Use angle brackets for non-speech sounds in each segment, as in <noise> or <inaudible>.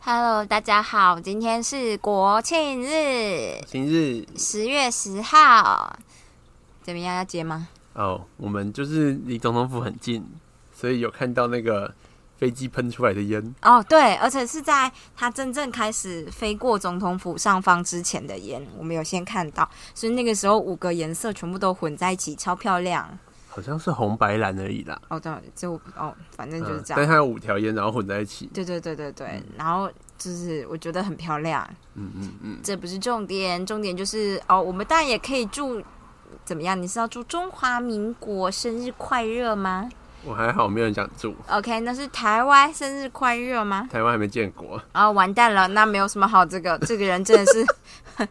Hello，大家好，今天是国庆日，今日十月十号，怎么样？要接吗？哦，我们就是离总统府很近，所以有看到那个飞机喷出来的烟。哦，对，而且是在它真正开始飞过总统府上方之前的烟，我们有先看到，所以那个时候五个颜色全部都混在一起，超漂亮。好像是红白蓝而已啦，哦，对，就哦，反正嗯就是这但样。它有五条烟，然后混在一起。对对对对对，然后就是我觉得很漂亮。嗯嗯嗯，这不是重点，重点就是哦，我们当然也可以祝怎么样？你是要祝中华民国生日快乐吗我还好，没有人想住， ？OK，那是台湾生日快乐吗？台湾还没建国，啊、完蛋了，那没有什么好这个，这个人真的是， <laughs>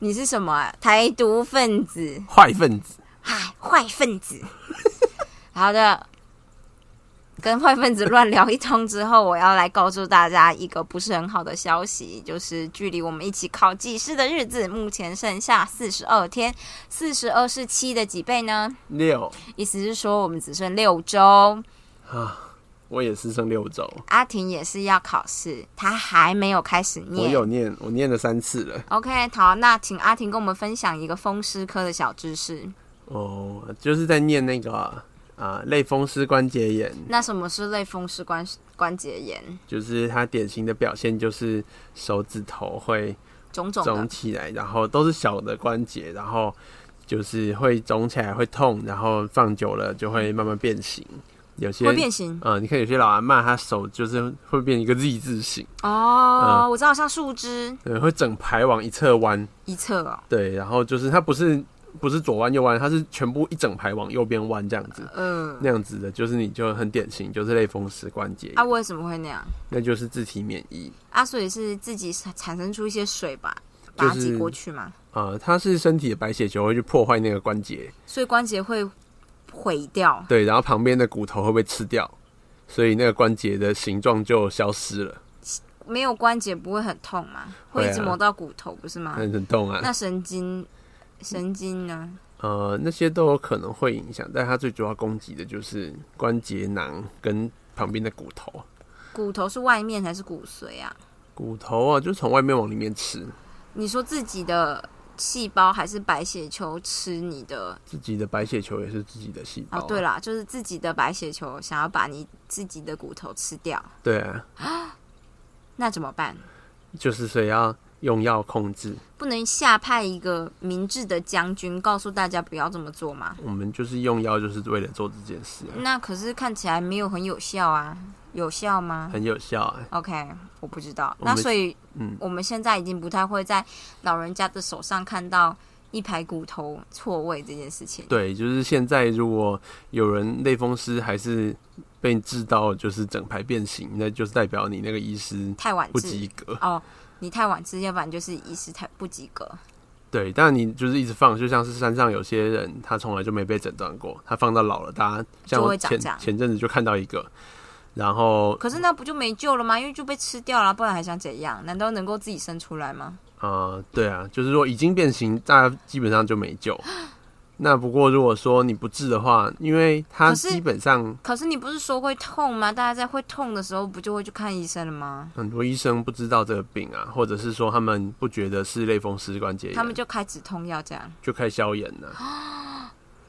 你是什么啊、台独分子，坏分子。唉，哎坏分子。 <laughs> 好的，跟坏分子乱聊一通之后，我要来告诉大家一个不是很好的消息，就是距离我们一起考技师的日子，目前剩下四十二天，四十二是七的几倍呢？六意思是说我们只剩六周。啊，我也是剩六周，阿婷也是要考试，她还没有开始我念。有念，我念了三次了。 OK，好，那请阿婷跟我们分享一个风湿科的小知识。哦，就是在念那个啊，类风湿关节炎，那什么是类风湿关关节炎？就是它典型的表现就是手指头会种种的肿起来，然后都是小的关节，然后就是会肿起来，会痛，然后放久了就会慢慢变形。有些会变形。呃，你看有些老阿嬷，她手就是会变一个 Z 字形，哦，嗯我知道，像树枝对，会整排往一侧弯，一侧哦，对，然后就是它不是不是左弯右弯，它是全部一整排往右边弯这样子，嗯，那样子的，就是你就很典型，就是类风湿关节炎，啊，为什么会那样？那就是自体免疫。啊，所以是自己产生出一些水吧，就把它挤是过去嘛，呃，它是身体的白血球会去破坏那个关节，所以关节会毁掉。对，然后旁边的骨头会被吃掉，所以那个关节的形状就消失了，没有关节不会很痛吗？会啊会一直磨到骨头，不是吗那？很痛啊。那神经神经呢？呃，那些都有可能会影响，但它最主要攻击的就是关节囊跟旁边的骨头。骨头是外面还是骨髓啊？骨头啊，就从外面往里面吃，你说自己的细胞还是白血球吃你的？自己的白血球也是自己的细胞、啊哦，对了，啦，就是自己的白血球想要把你自己的骨头吃掉，对啊，那怎么办？就是所以要用药控制。不能下派一个明智的将军告诉大家不要这么做吗？我们就是用药，就是为了做这件事啊、那可是看起来没有很有效啊，有效吗很有效啊。 ？OK，我不知道。我那们所以嗯，我们现在已经不太会在老人家的手上看到一排骨头错位这件事情。对，就是现在如果有人类风湿还是被治到就是整排变形，那就是代表你那个医师太晚不治及格。哦，你太晚治，要不然就是医师太不及格。对，但你就是一直放，就像是山上有些人他从来就没被诊断过，他放到老了，大家像就我会长前这样前阵子就看到一个，然后可是那不就没救了吗？因为就被吃掉了，不然还想怎样？难道能够自己生出来吗？呃，对啊，就是说已经变形，大家基本上就没 <gasps> 救。那不过如果说你不治的话，因为他可是基本上可是你不是说会痛吗？大家在会痛的时候不就会去看医生了吗？很多医生不知道这个病啊，或者是说他们不觉得是类风湿关节炎，他们就开止痛药这样。就开消炎了。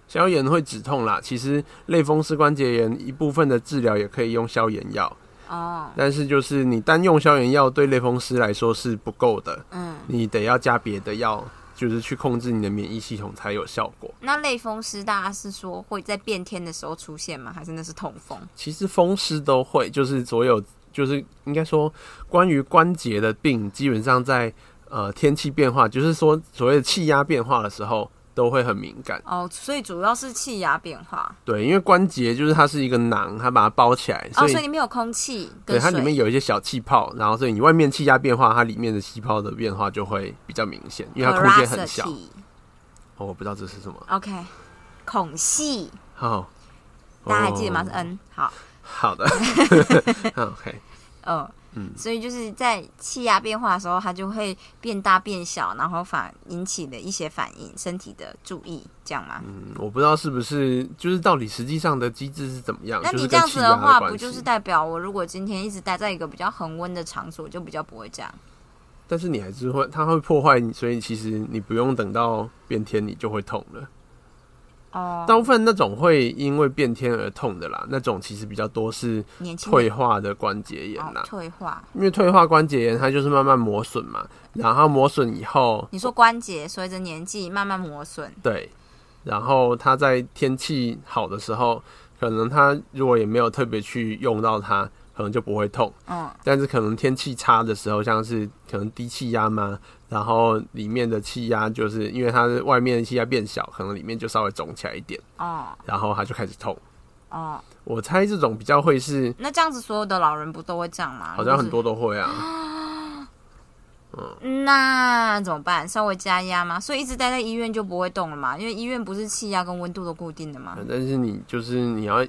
消炎会止痛啦，其实类风湿关节炎一部分的治疗也可以用消炎药，哦，但是就是你单用消炎药对类风湿来说是不够的，嗯，你得要加别的药，就是去控制你的免疫系统才有效果。那类风湿大家是说会在变天的时候出现吗？还是那是痛风？其实风湿都会，就是所有就是应该说关于关节的病，基本上在呃天气变化，就是说所谓的气压变化的时候。都会很敏感，哦，所以主要是气压变化。对，因为关节就是它是一个囊，它把它包起来，哦，所以所以里面有空气对跟它水。里面有一些小气泡，然后所以你外面气压变化，它里面的气泡的变化就会比较明显，哦因为它空间很小。 Porosity 哦，我不知道这是什么。 OK，孔隙，好，大家还记得吗？是哦 <laughs> N。好 <laughs> 好的好，OK，嗯嗯所以就是在气压变化的时候，它就会变大变小，然后反引起的一些反应，身体的注意，这样吗？嗯，我不知道是不是就是到底实际上的机制是怎么样，那就你是这跟样气子压的话，关不就是系代表我如果今天一直待在一个比较恒温的场所，就比较不会这样？但是你还是会，它会破坏你，所以其实你不用等到变天你就会痛了。哦，大部分那种会因为变天而痛的啦，那种其实比较多是年轻人退化的关节炎哦啦，退化。因为退化关节炎它就是慢慢磨损嘛，然后磨损以后，你说关节随着年纪慢慢磨损，对，然后它在天气好的时候，可能它如果也没有特别去用到它，可能就不会痛。嗯，但是可能天气差的时候，像是可能低气压嘛，然后里面的气压就是因为它是外面的气压变小，可能里面就稍微肿起来一点，哦然后它就开始痛。哦，我猜这种比较会是，那这样子所有的老人不都会这样吗？好像很如多都会啊。果是。那怎么办？稍微加压吗？所以一直待在医院就不会动了嘛？因为医院不是气压跟温度都固定的吗？但是你就是你要，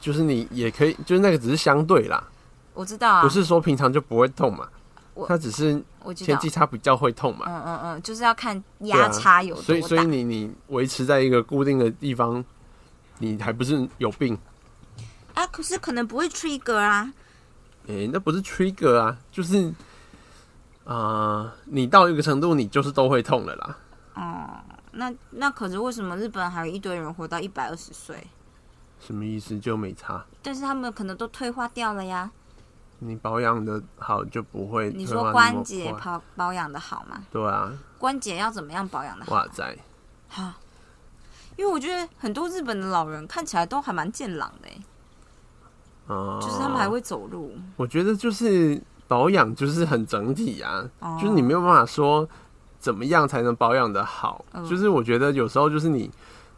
就是你也可以，就是那个只是相对啦，我知道啊，不是说平常就不会痛嘛我。它只是我知天道气，差比较会痛嘛，嗯嗯嗯，就是要看对压啊差有所以多所以大。你你维持在一个固定的地方，你还不是有病？啊，可是可能不会 trigger 啊，诶、那不是 trigger 啊，就是啊、呃你到一个程度，你就是都会痛了啦。哦，那那可是为什么日本还有一堆人活到一百二十岁？什么意思？就没差，但是他们可能都退化掉了呀。你保养的好就不会你退化说那关么节快保保养的好吗？对啊，关节要怎么样保养的好？哇塞，因为我觉得很多日本的老人看起来都还蛮健朗的欸、啊、 <laughs> 就是他们还，会走路。我觉得就是保养就是很整体啊，哦就是你没有办法说怎么样才能保养的好，嗯就是我觉得有时候就是你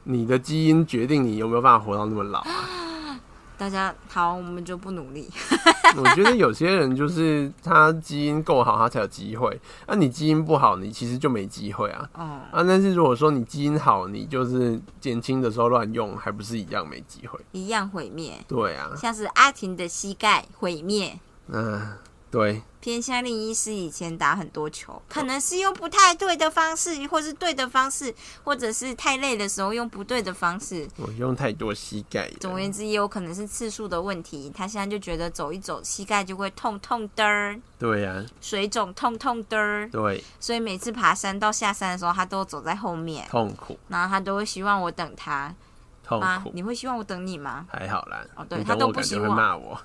你的基因决定你有没有办法活到那么老啊。大家好，我们就不努力。我觉得有些人就是他基因够好，他才有机会。那、你基因不好，你其实就没机会啊。哦，啊，但是如果说你基因好，你就是减轻的时候乱用，还不是一样没机会？一样毁灭，对啊，像是阿婷的膝盖毁灭。嗯、对，偏向另一师以前打很多球，可能是用不太对的方式，或是对的方式，或者是太累的时候用不对的方式。我用太多膝盖了。总而言之，也有可能是次数的问题。他现在就觉得走一走，膝盖就会痛痛的儿，对啊，水肿痛痛的儿。对，所以每次爬山到下山的时候，他都走在后面，痛苦，然后他都会希望我等他。痛妈，苦，啊你会希望我等你吗？还好啦。哦对你他等都我不感希觉会望骂我。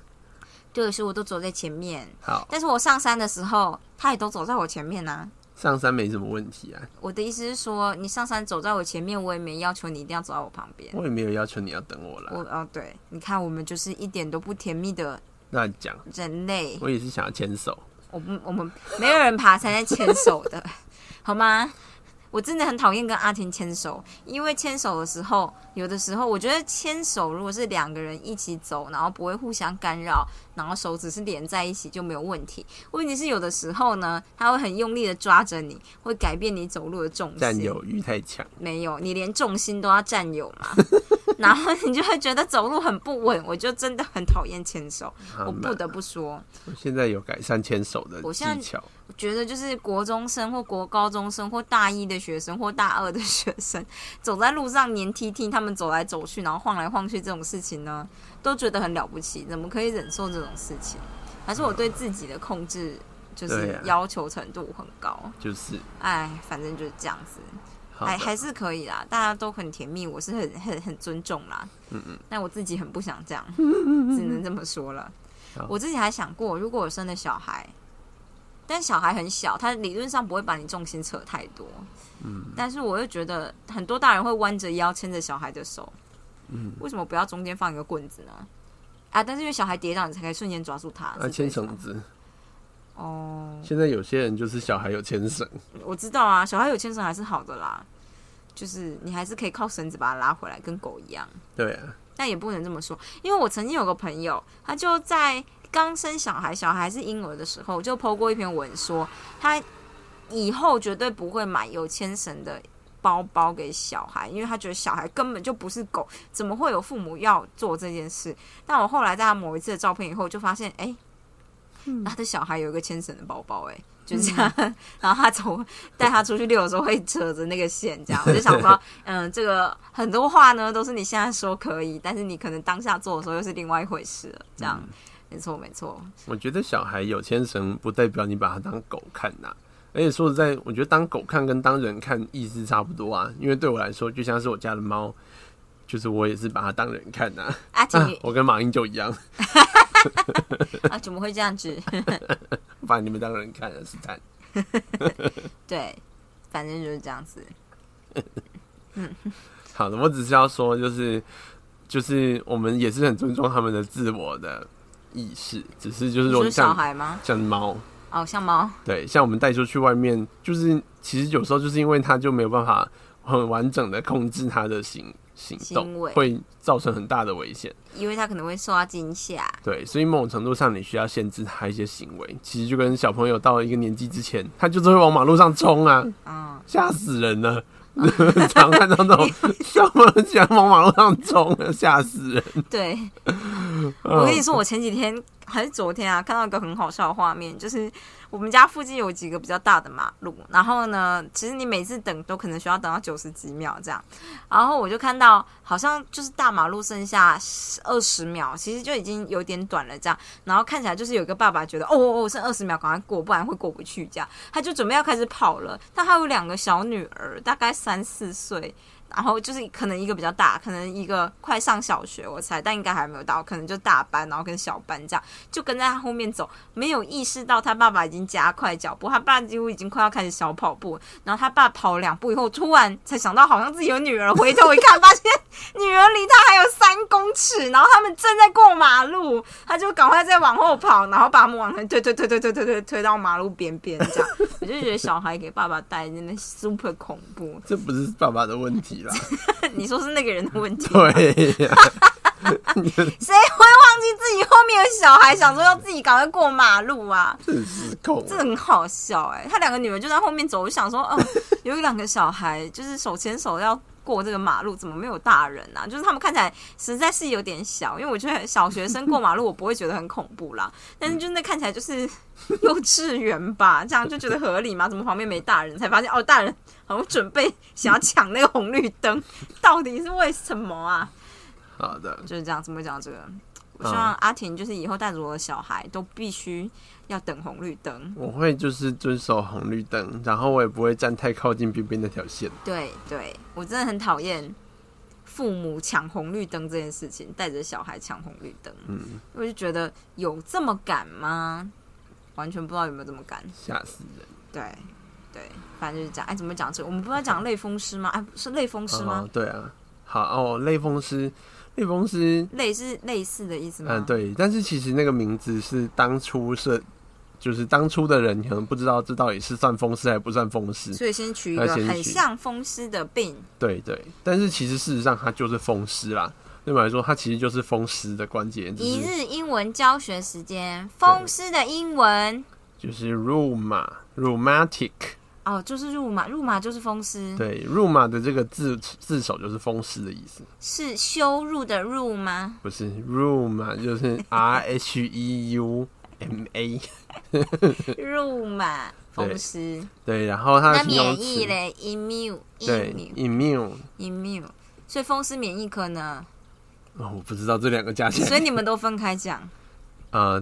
对，所以我都走在前面。好，但是我上山的时候，他也都走在我前面呐、啊上山没什么问题啊，我的意思是说，你上山走在我前面，我也没要求你一定要走在我旁边。我也没有要求你要等我嗯我啦。哦，对，你看，我们就是一点都不甜蜜的乱讲，人类。我也是想要牵手。我们我们没有人爬山在牵手的， <laughs> 好吗？我真的很讨厌跟阿婷牵手，因为牵手的时候，有的时候我觉得牵手如果是两个人一起走，然后不会互相干扰，然后手指是连在一起就没有问题。问题是有的时候呢，他会很用力的抓着你，会改变你走路的重心。占有欲太强，没有，你连重心都要占有嘛， <laughs> 然后你就会觉得走路很不稳。我就真的很讨厌牵手， <laughs> 好啊我嘛不得不说。我现在有改善牵手的我现在技巧，我觉得就是国中生或国高中生或大一的学生或大二的学生，走在路上黏 T T，他们走来走去，然后晃来晃去这种事情呢，都觉得很了不起，怎么可以忍受这种事情？还是我对自己的控制就对是啊要求程度很高？就是哎，反正就是这样子，好还的还是可以啦，大家都很甜蜜，我是很 <laughs> 很很尊重啦。嗯嗯，但我自己很不想 <laughs> 这样，只能这么说了好。我自己还想过，如果我生了小孩，但小孩很小，他理论上不会把你重心扯太多。嗯，但是我又觉得很多大人会弯着腰牵着小孩的手，嗯，为什么不要中间放一个棍子呢？啊，但是因为小孩跌倒，你才可以瞬间抓住他。啊，是牵对的绳子。哦，现在有些人就是小孩有牵绳，我知道啊，小孩有牵绳还是好的啦，就是你还是可以靠绳子把它拉回来，跟狗一样。对啊，但也不能这么说，因为我曾经有个朋友，他就在刚生小孩，小孩是婴儿的时候，就 PO 过一篇文说，他以后绝对不会买有牵绳的包包给小孩，因为他觉得小孩根本就不是狗，怎么会有父母要做这件事？但我后来在他某一次的照片以后，就发现，哎、他的小孩有一个牵绳的包包、欸，哎，就这样。 <laughs> 然后他走带他出去遛的时候会扯着那个线，这样。我就想说，嗯，这个很多话呢都是你现在说可以，但是你可能当下做的时候又是另外一回事了，这嗯样。没错，没错，我觉得小孩有牵绳，不代表你把他当狗看呐、而且说实在，我觉得当狗看跟当人看意思差不多啊。因为对我来说，就像是我家的猫，就是我也是把它当人看呐、 <laughs> 啊，啊请你。我跟马英九一样，啊，怎么会这样子？ <laughs> 把你们当人看了，是蛋。对，反正就是这样子。好的，我只是要说，就是就是我们也是很尊重他们的自我的意识，只是就是你说说小像孩吗？像猫，哦，像猫，对，像我们带出去外面，就是其实有时候就是因为它就没有办法很完整的控制它的行行动行为，会造成很大的危险。因为它可能会受到惊吓。对，所以某种程度上你需要限制它一些行为。其实就跟小朋友到了一个年纪之前，他就是会往马路上冲啊， <laughs> 嗯，吓死人了。常看到 <laughs> 那种小朋友喜欢往马路上冲啊，吓死人。对，我嗯我跟你说，我前几天还是昨天啊，看到一个很好笑的画面，就是我们家附近有几个比较大的马路，然后呢，其实你每次等都可能需要等到九十几秒这样，然后我就看到好像就是大马路剩下二十秒，其实就已经有点短了这样，然后看起来就是有一个爸爸觉得哦哦哦，剩二十秒，赶快过，不然会过不去这样，他就准备要开始跑了，但他有两个小女儿，大概三四岁，然后就是可能一个比较大，可能一个快上小学，我猜，但应该还没有到，可能就大班，然后跟小班这样，就跟在他后面走，没有意识到他爸爸已经加快脚步，他爸几乎已经快要开始小跑步，然后他爸跑两步以后，突然才想到好像自己有女儿，回头一看，发现女儿离他还有三公尺，然后他们正在过马路，他就赶快再往后跑，然后把他们往前推推推推推推推推到马路边边这样，我就觉得小孩给爸爸带真的 super 恐怖，这不是爸爸的问题啦，你说是那个人的问题吗？对呀、谁会忘记自己后面有小孩，想说要自己赶快过马路啊？真是够真的很好笑哎、他两个女儿就在后面走，我就想说，哦，有两个小孩就是手牵手要过这个马路，怎么没有大人啊？就是他们看起来实在是有点小，因为我觉得小学生过马路我不会觉得很恐怖啦，但是就那看起来就是幼稚园吧，这样就觉得合理吗？怎么旁边没大人？才发现哦，大人好像准备想要抢那个红绿灯，到底是为什么啊？好的。就是这样，怎么会讲到这个？嗯我希望阿婷就是以后带着我的小孩都必须要等红绿灯。我会就是遵守红绿灯，然后我也不会站太靠近边边那条线。对对，我真的很讨厌父母抢红绿灯这件事情，带着小孩抢红绿灯。嗯，我就觉得有这么赶吗？完全不知道有没有这么赶。吓死人！对对，反正就是讲，哎，怎么讲这个？我们不是要讲类风湿吗？哎，是类风湿吗哦？对啊，好哦，类风湿，类风湿，类是类似的意思嗯、吗？对。但是其实那个名字是当初是，就是当初的人可能不知道这到底是算风湿还不算风湿。所以先取一要个呃先很取像风湿的病。对对，但是其实事实上它就是风湿啦。对我来说，它其实就是风湿的关节，只一是日英文教学时间，风湿的英文就是入马 rheumatic。哦，就是入马，入马就是风湿，对，入马的这个字字首就是风湿的意思。是羞辱的入吗？不是 room 啊，就是 R H E U M A。入马风湿，对，然后它那的形容免词疫嘞，immune 对 immune immune。 immune，所以风湿免疫科 <laughs> 呢，哦，我不知道这两个加起所来，以你们都分开讲。呃，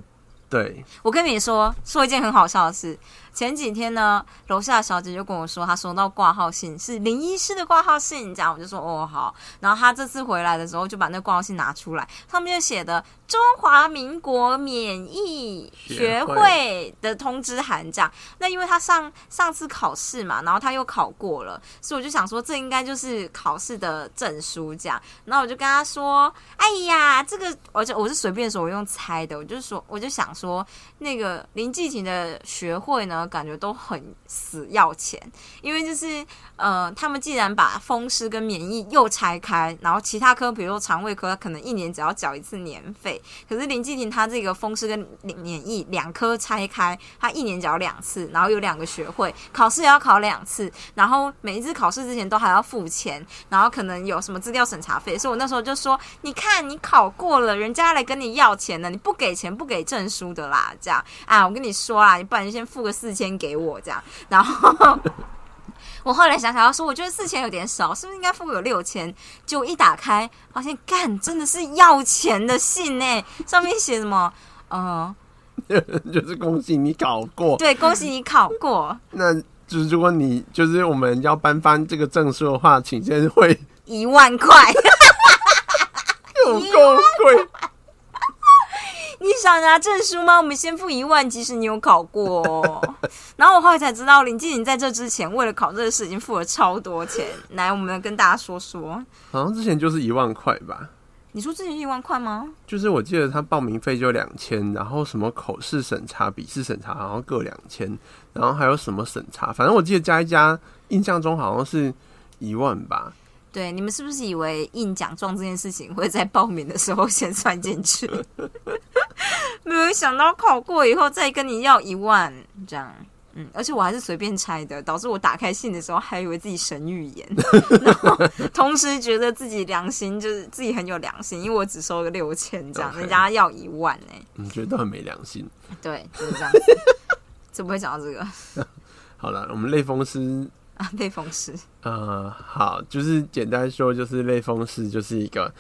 对， <laughs> 我跟你说，说一件很好笑的事。前几天呢，楼下的小姐就跟我说，她收到挂号信是林医师的挂号信，这样我就说哦好。然后她这次回来的时候，就把那挂号信拿出来，上面就写的中华民国免疫学学会会的通知函这样。那因为她上上次考试嘛，然后她又考过了，所以我就想说这应该就是考试的证书这样。然后我就跟她说，哎呀，这个我就我是随便说，我用猜的，我就说我就想说。那个林继廷的学会呢，感觉都很死要钱，因为就是呃，他们既然把风湿跟免疫又拆开，然后其他科，比如说肠胃科，可能一年只要缴一次年费，可是林继廷他这个风湿跟免疫两科拆开，他一年缴两次，然后有两个学会，考试也要考两次，然后每一次考试之前都还要付钱，然后可能有什么资料审查费，所以我那时候就说，你看你考过了，人家来跟你要钱呢，你不给钱不给证书，妞的啦，这样啊，我跟你说啦，你不然你先付个四千给我这样，然后 <laughs> 我后来想想要说，我觉得四千有点少，是不是应该付个六千？结果一打开，发现干真的是要钱的信呢、欸上面写什么？呃，就是恭喜你考过。对，恭喜你考过那就是如果你就是我们要颁发这个证书的话，请先 <laughs> 汇一万块。有够贵。你想拿证书吗？我们先付一万，即使你有考过哦。然后我后来才知道，林静颖在这之前为了考这个事已经付了超多钱。来，我们跟大家说说，好像之前就是一万块吧，你说之前一万块吗？就是我记得他报名费就两千，然后什么口试审查、笔试审查，然后各两千，然后还有什么审查，反正我记得加一加，印象中好像是一万吧。对，你们是不是以为印奖状这件事情会在报名的时候先算进去？ <laughs> 没有想到考过以后再跟你要一万，这样。嗯，而且我还是随便拆的，导致我打开信的时候还以为自己神预言， <laughs> 然后同时觉得自己良心就是自己很有良心，因为我只收了六千这样， OK 人家要一万哎、你觉得都很没良心。对，就是这样子。怎么会讲到这个好了，我们类风湿啊？类风湿，呃，好，就是简单说，就是类风湿就是一个，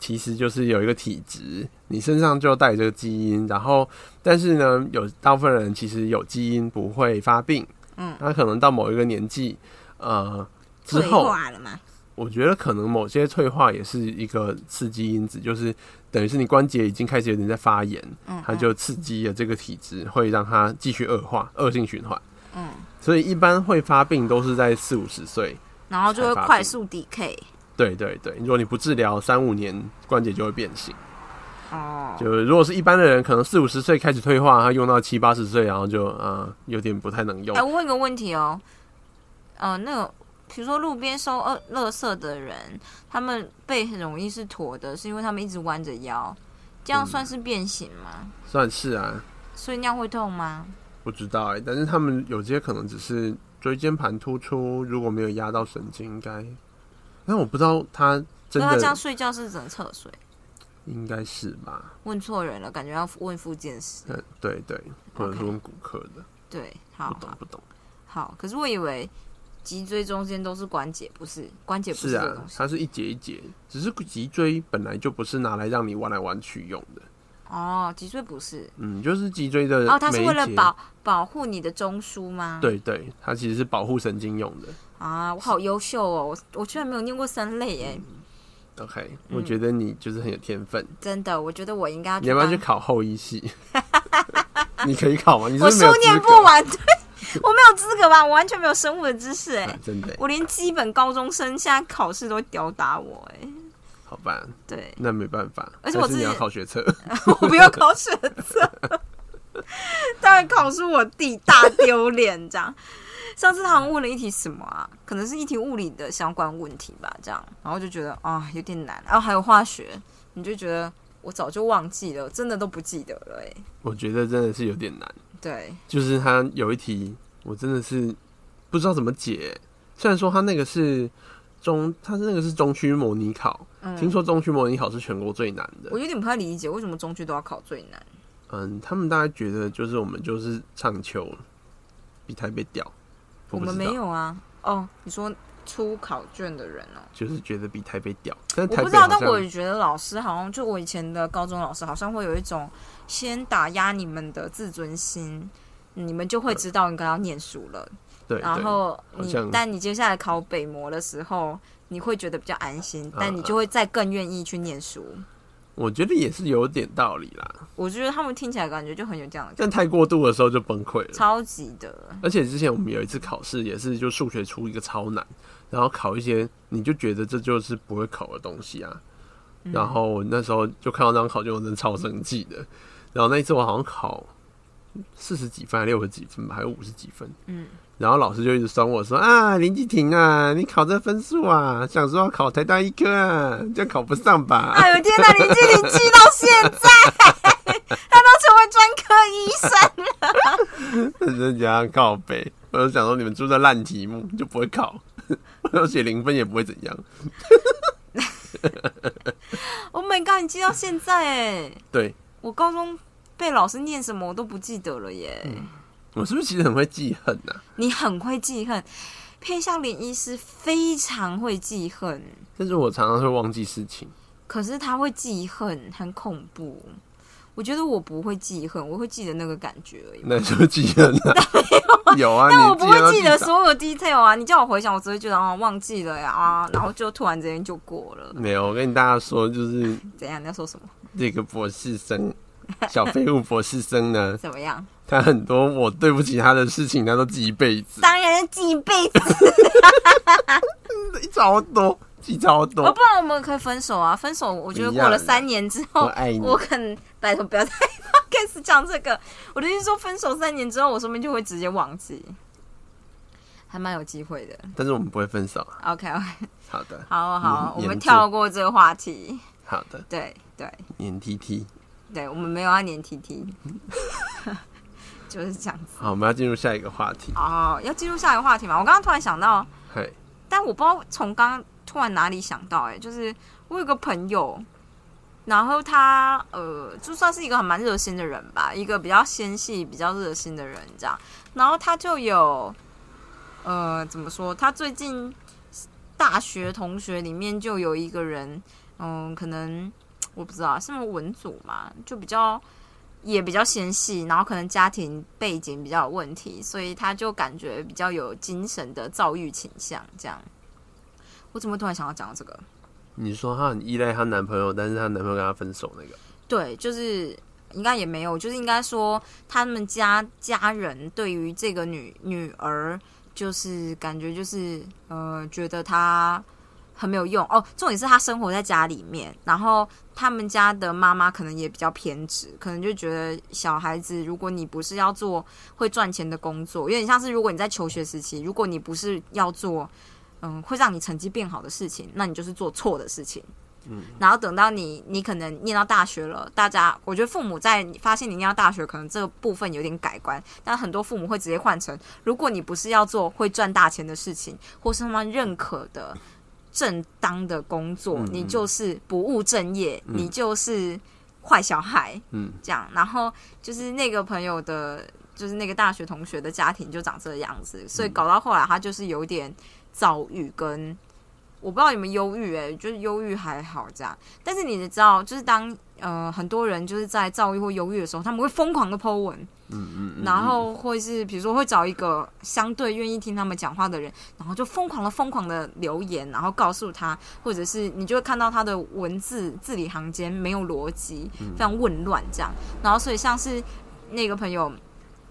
其实就是有一个体质，你身上就带这个基因，然后但是呢，有大部分人其实有基因不会发病，嗯，那可能到某一个年纪，呃，之退后化了嘛？我觉得可能某些退化也是一个刺激因子，就是等于是你关节已经开始有点在发炎，嗯，它就刺激了这个体质，会让它继续恶化，恶性循环。嗯，所以一般会发病都是在四五十岁。然后就会才发病快速 decay 对对对，如果你不治疗，三五年关节就会变形。哦，就是如果是一般的人，可能四五十岁开始退化，他用到七八十岁，然后就啊、呃有点不太能用哎、。我问一个问题哦，呃，那个比如说路边收呃垃圾的人，他们背很容易是驼的，是因为他们一直弯着腰，这样嗯算是变形吗？算是啊，所以那样会痛吗？不知道哎、但是他们有些可能只是椎间盘突出，如果没有压到神经，应该。那我不知道他真啊那他这样的睡觉是只能侧睡？应该是吧？欸问错人了，感觉要问复健师。嗯，对对，或者是 OK 问骨科的，对，不好懂好不懂。好，可是我以为脊椎中间都是关节，不是关节不是是这个啊东，西、它是一节一节，只是脊椎本来就不是拿来让你弯来弯去用的，哦，脊椎不是嗯，就是脊椎的哦，它是每一为了节保保护你的中枢吗？对对，它其实是保护神经用的。啊，我好优秀哦，我我居然没有念过三类欸嗯耶， OK，、我嗯觉得你就是很有天分，真的，我觉得我应该要你要不要当去考后医系？ <laughs> 你可以考吗？你是我不是没有书念资格不完， <laughs> 对，我没有资格吧？我完全没有生物的知识哎啊，真的我连基本高中生现在考试都会吊打我哎，好吧？对 <laughs> 那没办法，而且我但自是你己要考学测， <laughs> 我不要考选择， <laughs> 当然考出我弟大丢脸这样。上次他好像问了一题什么啊？可能是一题物理的相关问题吧，这样，然后就觉得啊有点难，然后还有化学，你就觉得我早就忘记了，真的都不记得了哎。我觉得真的是有点难。对，就是他有一题，我真的是不知道怎么解。虽然说他那个是中，他那个是中区模拟考，嗯，听说中区模拟考是全国最难的我。有点不太理解为什么中区都要考最难。嗯，他们大概觉得就是我们就是唱秋，比台北屌。我不们知道没，有啊。哦，你说出考卷的人哦，就是觉得比台北屌，但我台不北知道，好但像我也觉得老师好像就我以前的高中老师好像会有一种先打压你们的自尊心。你们就会知道应该要念书了，对，然对后好你像，但你接下来考北模的时候，你会觉得比较安心，啊但你就会再更愿意去念书。我觉得也是有点道理啦，我觉得他们听起来感觉就很有这样的感但太过度的时候就崩溃觉，了。超级的，而且之前我们有一次考试也是，就数学出一个超难，然后考一些你就觉得这就是不会考的东西啊。嗯然后我那时候就看到那张考卷，我真的超生气的。然后那一次我好像考四十几分，还六十几分吧，还有五十几分。嗯，然后老师就一直酸我说啊，林继婷啊，你考这分数啊，想说要考台大医科啊，这样考不上吧？ <laughs> <laughs> 哎呦天哪，林经理记到现在， <laughs> 他都成为专科医生。人家告白，我就想说你们出的烂题目就不会考， <laughs> 我写零分也不会怎样。 Oh my god，你记到现在哎！对，我高中被老师念什么我都不记得了耶。 <laughs> 我是不是其实很会记恨啊呐、你很会记恨，片笑林医师非常会记恨，但是我常常会忘记事情。可是他会记恨，很恐怖。我觉得我不会记恨，我会记得那个感觉而已。那就记恨 <laughs> 啊，有啊，但你我不会记得说。所有 detail 啊，你叫我回想，我只会觉得啊忘记了呀、啊，然后就突然之间就过了。没有，我跟大家说，就是怎样？你在说什么？这个博士生，小废物博士生呢，怎么样？他很多我对不起他的事情，他都记一辈子，当然是记一辈 <laughs> 子，记超多，记超哦，多不。然我们可以分手啊！分手，我觉得过了三年之后，我爱你我可能拜托不要再开始讲这个。我的意思说，分手三年之后，我说不定就会直接忘记，还蛮有机会的。但是我们不会分手。啊 OK OK，好的，好啊好啊，嗯我们严肃跳过这个话题。好的，对对黏 T T。对，我们没有要黏 T T，就是这样子。好，我们要进入下一个话题。哦，要进入下一个话题嘛？我刚刚突然想到，嘿，但我不知道从刚刚突然哪里想到、哎，就是我有个朋友，然后他呃，就算是一个很蛮热心的人吧，一个比较纤细、比较热心的人这样，然后他就有呃，怎么说？他最近大学同学里面就有一个人，嗯，可能我不知道是不是文组嘛，就比较。也比较纤细，然后可能家庭背景比较有问题，所以他就感觉比较有精神的躁郁倾向。这样，我怎么突然想要讲到这个？你说她很依赖她男朋友，但是她男朋友跟她分手那个，对，就是应该也没有，就是应该说他们家家人对于这个女女儿，就是感觉就是呃，觉得她很没有用哦。重点是她生活在家里面，然后他们家的妈妈可能也比较偏执，可能就觉得小孩子如果你不是要做会赚钱的工作，有点像是如果你在求学时期，如果你不是要做。嗯，会让你成绩变好的事情，那你就是做错的事情。嗯然后等到你你可能念到大学了，大家我觉得父母在你发现你念到大学，可能这个部分有点改观，但很多父母会直接换成，如果你不是要做会赚大钱的事情，或是他们认可的正当的工作，嗯嗯你就是不务正业，嗯你就是坏小孩嗯，这样。然后就是那个朋友的，就是那个大学同学的家庭就长这个样子，所以搞到后来他就是有点躁郁跟。我不知道有没有忧郁，哎，就是忧郁还好这样。但是你知道，就是当呃很多人就是在躁郁或忧郁的时候，他们会疯狂的 Po 文，嗯嗯嗯，然后或是比如说会找一个相对愿意听他们讲话的人，然后就疯狂的疯狂的留言，然后告诉他，或者是你就会看到他的文字字里行间没有逻辑，非常混乱这样。然后所以像是那个朋友。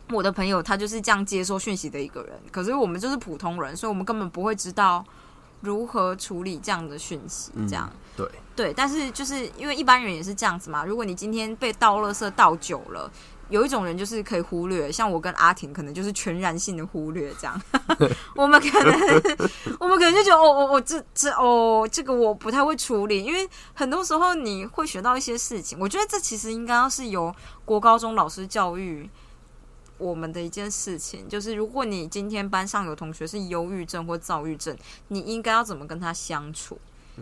我的朋友他就是这样接收讯息的一个人，可是我们就是普通人，所以我们根本不会知道如何处理这样的讯息，嗯这样。对，对，但是就是因为一般人也是这样子嘛。如果你今天被倒垃圾倒久了，有一种人就是可以忽略，像我跟阿婷可能就是全然性的忽略 <laughs> 这样。我们可能我们可能就觉得哦哦哦，这这哦这个我不太会处理，因为很多时候你会学到一些事情。我觉得这其实应该要是由国高中老师教育。我们的一件事情就是，如果你今天班上有同学是忧郁症或躁郁症，你应该要怎么跟他相处？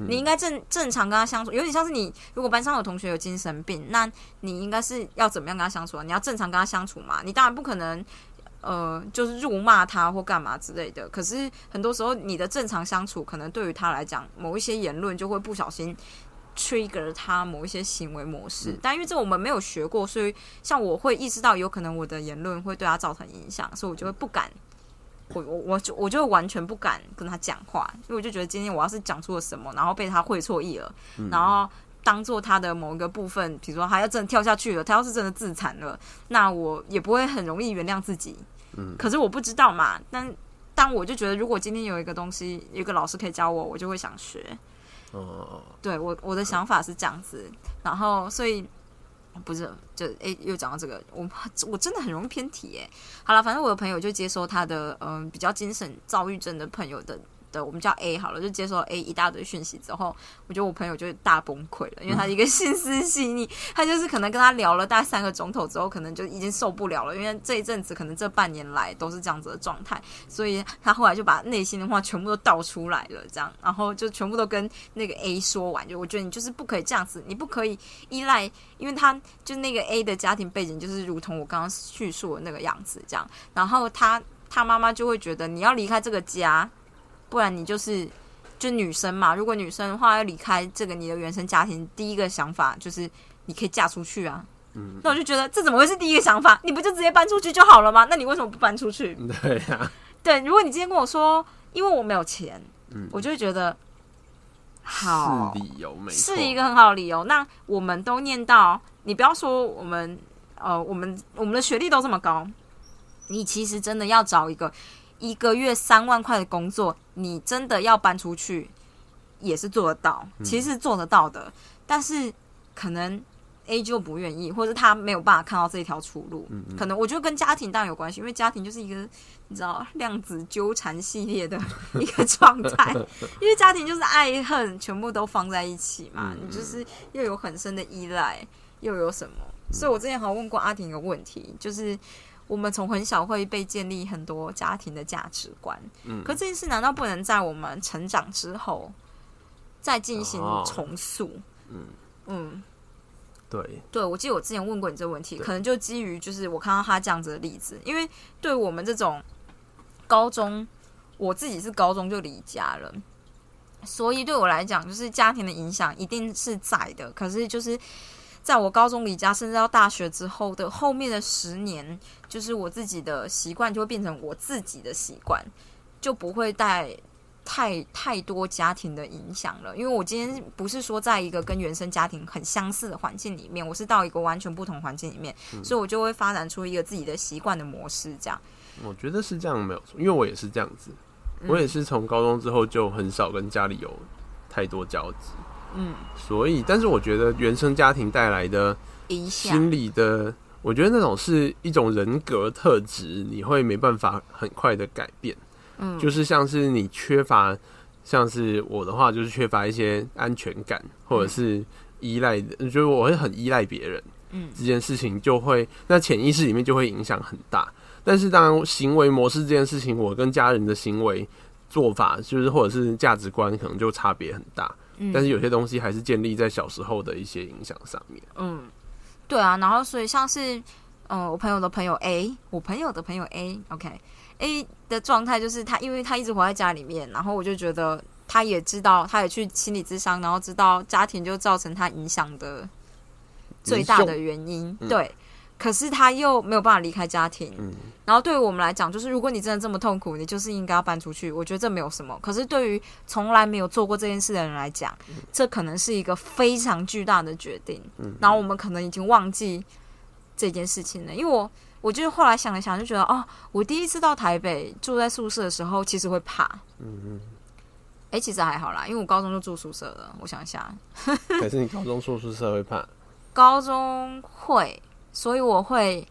你应该正正常跟他相处，有点像是你如果班上有同学有精神病，那你应该是要怎么样跟他相处啊？你要正常跟他相处嘛？你当然不可能，呃，就是辱骂他或干嘛之类的。可是很多时候，你的正常相处，可能对于他来讲，某一些言论就会不小心 trigger 他某一些行为模式。但因为这我们没有学过，所以像我会意识到有可能我的言论会对他造成影响，所以我就会不敢。我我我就我就完全不敢跟他讲话，因为我就觉得今天我要是讲出了什么，然后被他会错意了，然后当做他的某一个部分，比如说他要真的跳下去了，他要是真的自残了，那我也不会很容易原谅自己。嗯可是我不知道嘛，但但我就觉得，如果今天有一个东西，有一个老师可以教我，我就会想学。哦哦，哦对我我的想法是这样子，然后所以不是就诶、又讲到这个，我我真的很容易偏题诶、好了，反正我有朋友就接收他的嗯、比较精神躁郁症的朋友的的，我们叫 A 好了，就接收了 A 一大堆讯息之后，我觉得我朋友就大崩溃了，因为他一个 <laughs> 心思细腻，他就是可能跟他聊了大概三个钟头之后，可能就已经受不了了，因为这一阵子可能这半年来都是这样子的状态，所以他后来就把内心的话全部都倒出来了，这样，然后就全部都跟那个 A 说完，就我觉得你就是不可以这样子，你不可以依赖，因为他就那个 A 的家庭背景就是如同我刚刚叙述的那个样子这样，然后他他妈妈就会觉得你要离开这个家，不然你就是就女生嘛，如果女生的话要离开这个你的原生家庭，第一个想法就是你可以嫁出去啊。嗯，那我就觉得这怎么会是第一个想法？你不就直接搬出去就好了吗？那你为什么不搬出去？对啊呀、对，如果你今天跟我说，因为我没有钱，嗯我就会觉得好是理由没错，是一个很好的理由。那我们都念到，你不要说我们，呃，我们我们的学历都这么高，你其实真的要找一个一个月三万块的工作，你真的要搬出去也是做得到，嗯其实是做得到的。但是可能 A 就不愿意，或者他没有办法看到这一条出路。嗯嗯可能我觉得跟家庭当然有关系，因为家庭就是一个你知道量子纠缠系列的 <laughs> 一个状 <laughs> 态，因为家庭就是爱恨全部都放在一起嘛，嗯你就是又有很深的依赖，又有什么？所以我之前好像问过阿婷一个问题，就是我们从很小会被建立很多家庭的价值观，嗯可这件事难道不能在我们成长之后再进行哦重塑？嗯嗯。对，对，我记得我之前问过你这个问题，对可能就基于就是我看到他这样子的例子，因为对我们这种高中，我自己是高中就离家了，所以对我来讲，就是家庭的影响一定是在的。可是就是在我高中离家，甚至到大学之后的后面的十年，就是我自己的习惯就会变成我自己的习惯，就不会带太太多家庭的影响了。因为我今天不是说在一个跟原生家庭很相似的环境里面，我是到一个完全不同环境里面，所以我就会发展出一个自己的习惯的模式。这样，我觉得是这样没有错，因为我也是这样子，嗯我也是从高中之后就很少跟家里有太多交集，嗯，所以，但是我觉得原生家庭带来的影响心理的，我觉得那种是一种人格特质，你会没办法很快的改变。嗯就是像是你缺乏，像是我的话，就是缺乏一些安全感，嗯或者是依赖的，就是我会很依赖别人。嗯这件事情就会，那潜意识里面就会影响很大。但是当然，行为模式这件事情，我跟家人的行为做法，就是或者是价值观，可能就差别很大。嗯但是有些东西还是建立在小时候的一些影响上面。嗯，对啊，然后所以像是，嗯、我朋友的朋友 A，我朋友的朋友 A，OK，A、的状态就是他，因为他一直活在家里面，然后我就觉得他也知道，他也去心理咨商，然后知道家庭就造成他影响的最大的原因，嗯对。可是他又没有办法离开家庭，嗯然后对于我们来讲，就是如果你真的这么痛苦，你就是应该要搬出去。我觉得这没有什么。可是对于从来没有做过这件事的人来讲，这可能是一个非常巨大的决定。嗯然后我们可能已经忘记这件事情了，因为我我就是后来想了想，就觉得哦，我第一次到台北住在宿舍的时候，其实会怕。嗯诶，其实还好啦，因为我高中就住宿舍了。我想一下，嗯，还是你高中硕士社会怕？高中会，所以我会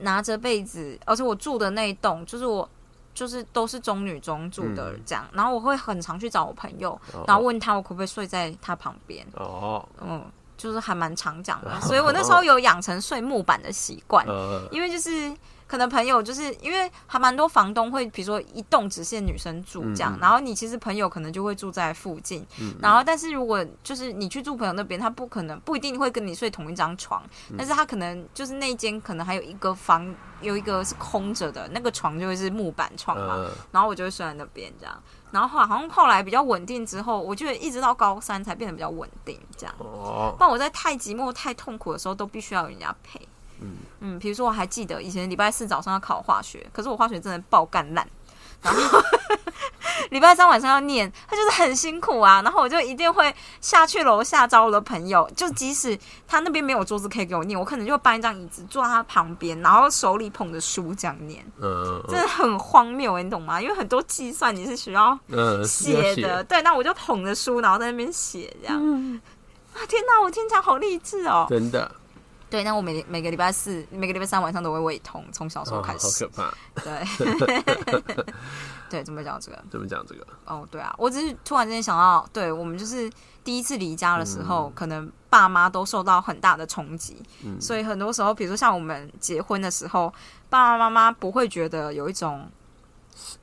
拿着被子，而且我住的那一栋就是我就是都是中女中住的嗯这样，然后我会很常去找我朋友，哦然后问他我可不可以睡在他旁边，哦，嗯，就是还蛮常讲 <laughs> 的，所以我那时候有养成睡木板的习惯， <laughs> 呃，因为就是可能朋友就是因为还蛮多房东会，比如说一栋只限女生住这样，嗯嗯然后你其实朋友可能就会住在附近，嗯然后但是如果就是你去住朋友那边，他不可能不一定会跟你睡同一张床，嗯但是他可能就是那一间可能还有一个房有一个是空着的，那个床就会是木板床嘛，呃，然后我就会睡在那边这样，然后后来好像后来比较稳定之后，我觉得一直到高三才变得比较稳定这样。哦，不然我在太寂寞、太痛苦的时候，都必须要有人家陪。嗯嗯，比如说我还记得以前礼拜四早上要考化学，可是我化学真的爆干烂，然后 <laughs> 礼拜三晚上要念，他就是很辛苦啊。然后我就一定会下去楼下找我的朋友，就即使他那边没有桌子可以给我念，我可能就搬一张椅子坐在他旁边，然后手里捧着书这样念，嗯真的很荒谬，你懂吗？因为很多计算你是需要嗯，写的，对，那我就捧嗯着书，然后在那边写这样。啊，天哪，我听起来好励志哦！真的，对，那我每每个礼拜四、每个礼拜三晚上都会胃痛，从小时候哦，好开始。可怕！对， <laughs> 对，怎么讲这个？怎么讲这个？哦，对啊，我只是突然之间想到，对我们就是第一次离家的时候，可能爸妈都受到很大的冲击，嗯所以很多时候，比如说像我们结婚的时候，爸爸妈妈不会觉得有一种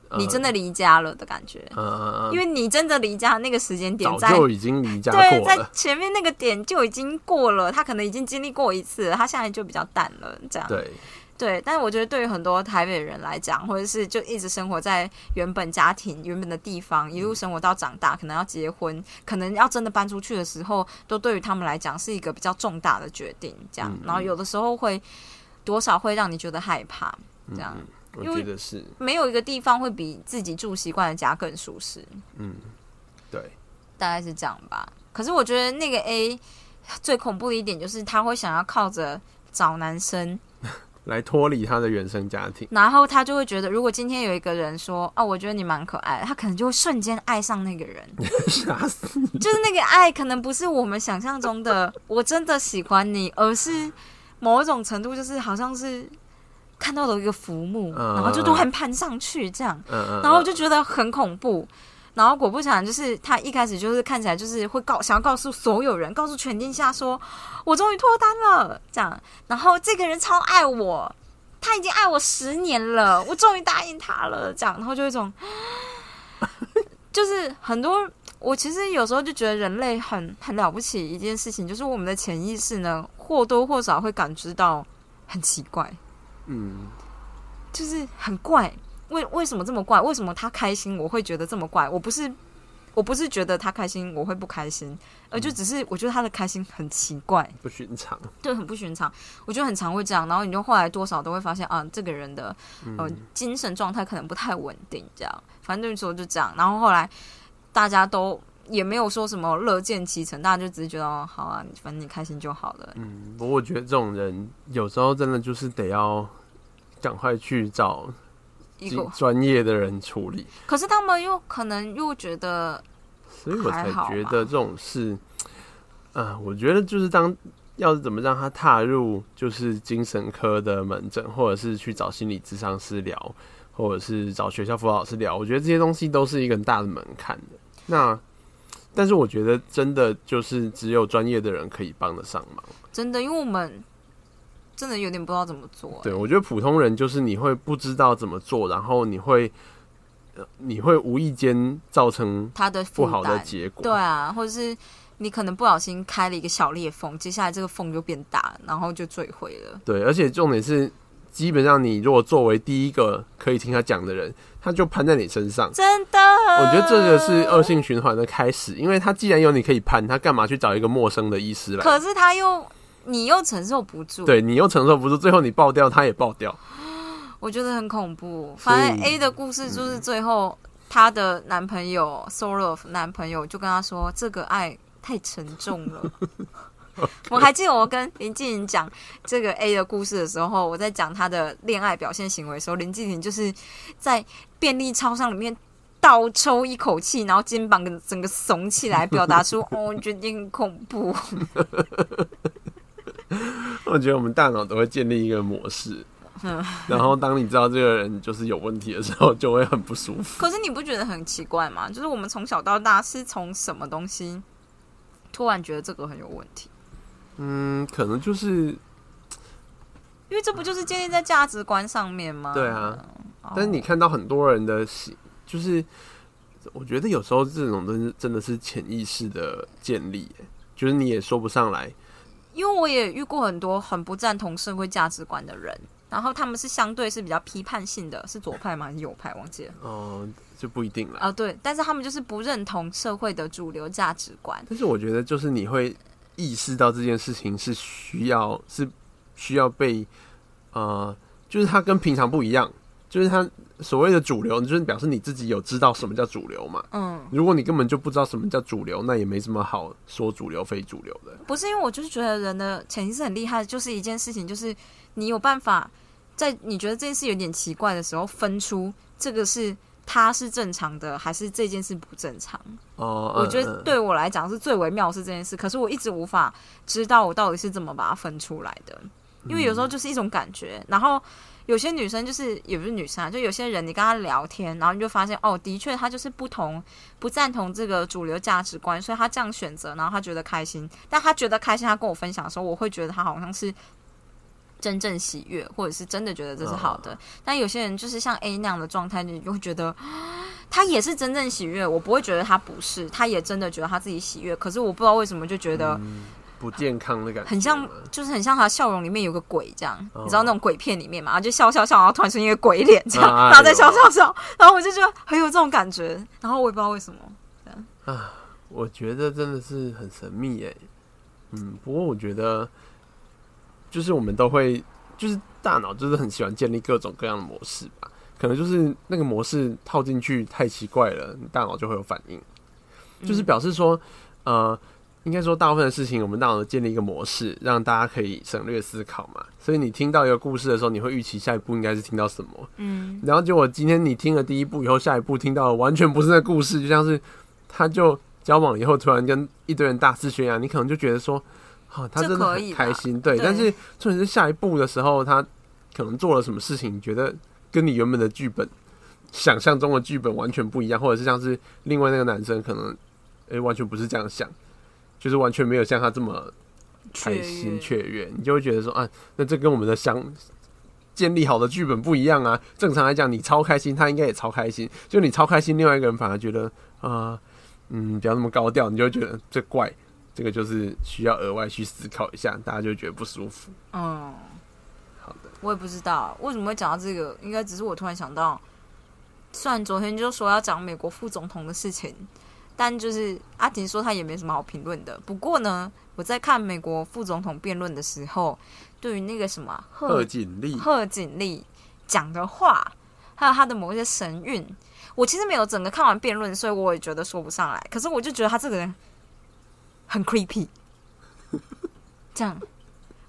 呃你真的离家了的感觉，嗯嗯嗯，因为你真的离家那个时间点早在就已经离家对，过在了，前面那个点就已经过了，他可能已经经历过一次了，他现在就比较淡了，这样。对，对，但是我觉得对于很多台北人来讲，或者是就一直生活在原本家庭、原本的地方，一路生活到长大，可能要结婚，可能要真的搬出去的时候，都对于他们来讲是一个比较重大的决定。这样，嗯然后有的时候会多少会让你觉得害怕，这样。嗯我因为觉得是，没有一个地方会比自己住习惯的家更舒适，嗯，对，大概是这样吧。可是我觉得那个 A 最恐怖的一点就是他会想要靠着找男生，来脱离他的原生家庭， <laughs> 然后他就会觉得，如果今天有一个人说啊，我觉得你蛮可爱的，他可能就会瞬间爱上那个 <laughs> 人，吓死！就是那个爱可能不是我们想象中的我真的喜欢你，而是某一种程度就是好像是看到了一个浮木，嗯然后就突然攀上去这样。嗯嗯，然后我就觉得很恐怖。然后果不其然，就是他一开始就是看起来就是会告想要告诉所有人，告诉全天下说，我终于脱单了这样。然后这个人超爱我，他已经爱我十年了，我终于答应他了这样。然后就有一种，就是很多我其实有时候就觉得人类很很了不起一件事情，就是我们的潜意识呢或多或少会感知到很奇怪，嗯，就是很怪。为为什么这么怪？为什么他开心我会觉得这么怪？我不是我不是觉得他开心我会不开心，而就只是我觉得他的开心很奇怪，不寻常，对，很不寻常。我觉得很常会这样，然后你就后来多少都会发现啊，这个人的呃精神状态可能不太稳定，这样。反正那时候就这样，然后后来大家都。也没有说什么乐见其成，大家就只是觉得哦，好啊，反正你开心就好了。嗯，不过我觉得这种人有时候真的就是得要赶快去找一个，专业的人处理，可是他们又可能又觉得所以我才还好吧觉得这种事，啊、我觉得就是当要怎么让他踏入就是精神科的门诊，或者是去找心理咨商师聊，或者是找学校辅导老师聊，我觉得这些东西都是一个很大的门槛的。那但是我觉得真的就是只有专业的人可以帮得上忙。真的，因为我们真的有点不知道怎么做。对，我觉得普通人就是你会不知道怎么做，然后你会呃你会无意间造成他的不负好的担，结果。对啊，或者是你可能不小心开了一个小裂缝，接下来这个缝就变大，然后就坠毁了。对，而且重点是，基本上你如果作为第一个可以听他讲的人，他就攀在你身上。真的，我我觉得这个是恶。性循环的开始，因为他既然有你可以攀，他干嘛去找一个陌生的医师来？可是他又，你又承受不住。，对你又承受不住，最后你爆掉，他也爆掉。我觉得很恐怖。所以嗯反正 A 的故事就是最后，她的男朋友 sort of 男朋友就跟她说：“这个爱太沉重 <laughs> 了。”我还记得我跟林静莹讲这个 A 的故事的时候，我在讲她的恋爱表现行为的时候，林静莹就是在便利超商里面倒抽一口气，然后肩膀跟整个耸起来，表达出“哦，我觉得你很恐怖我觉得我们大脑都会建立一个模式，然后当你知道这个人就是有问题的时候，就会很不舒”。服。可是你不觉得很奇怪吗？就是我们从小到大是从什么东西突然觉得这个很有问题？嗯，可能就是，因为这不就是建立在价值观上面吗？对啊哦，但是你看到很多人的喜，就是我觉得有时候这种真是真的是潜意识的建立，欸就是你也说不上来。因为我也遇过很多很不赞同社会价值观的人，然后他们是相对是比较批判性的，是左派吗？还是右派？忘记了哦、就不一定了。啊、对，但是他们就是不认同社会的主流价值观。但是我觉得，就是你会意识到这件事情是需要是需要被呃，就是它跟平常不一样，就是它所谓的主流，就是表示你自己有知道什么叫主流嘛。嗯，如果你根本就不知道什么叫主流，那也没什么好说主流非主流的。不是因为我就是觉得人的潜意识很厉害，就是一件事情，就是你有办法在你觉得这件事有点奇怪的时候，分出这个是它是正常的，还是这件事不正常？哦，我觉得嗯，对我来讲是最微妙的是这件事，可是我一直无法知道我到底是怎么把它分出来的，因为有时嗯候就是一种感觉，然后。有些女生就是也不是女生啊，就有些人你跟她聊天，然后你就发现哦，的确她就是不同不赞同这个主流价值观，所以她这样选择，然后她觉得开心。但她觉得开心，她跟我分享的时候，我会觉得她好像是真正喜悦，或者是真的觉得这是好的。但有些人就是像 A 那样的状态，你就会觉得 <gasps> 他也是真正喜悦，我不会觉得他不是，他也真的觉得他自己喜悦。可是我不知道为什么就觉得嗯不健康的感觉，很像，就是很像他笑容里面有个鬼这样，哦你知道那种鬼片里面嘛，然后就笑笑笑，然后突然出现一个鬼脸这样，啊然后再笑有笑笑，然后我就觉得很有这种感觉，然后我也不知道为什么。我觉得真的是很神秘耶。嗯，不过我觉得，就是我们都会，就是大脑就是很喜欢建立各种各样的模式吧。可能就是那个模式套进去太奇怪了，你大脑就会有反应。嗯就是表示说，呃，应该说大部分的事情，我们大脑建立一个模式，让大家可以省略思考嘛。所以你听到一个故事的时候，你会预期下一步应该是听到什么，嗯，然后结果今天你听了第一部以后，下一步听到的完全不是那故事，就像是他就交往了以后，突然跟一堆人大肆宣扬，你可能就觉得说，啊，他这真的可以很吧开心，对。对但是重点是下一步的时候，他可能做了什么事情，你觉得跟你原本的剧本想象中的剧本完全不一样，或者是像是另外那个男生可能，诶、完全不是这样想，就是完全没有像他这么开心确雀跃，你就会觉得说啊，那这跟我们的相建立好的剧本不一样啊。正常来讲，你超开心，他应该也超开心，就你超开心，另外一个人反而觉得啊、嗯，不要那么高调，你就会觉得这怪，这个就是需要额外去思考一下，大家就会觉得不舒服。嗯，好的，我也不知道为什么会讲到这个，应该只是我突然想到，虽然昨天就说要讲美国副总统的事情，但就是阿婷说她也没什么好评论的。不过呢，我在看美国副总统辩论的时候，对于那个什么啊贺贺锦丽，贺锦丽讲的话，还有她的某一些神韵，我其实没有整个看完辩论，所以我也觉得说不上来。可是我就觉得她这个人很 creepy，这样。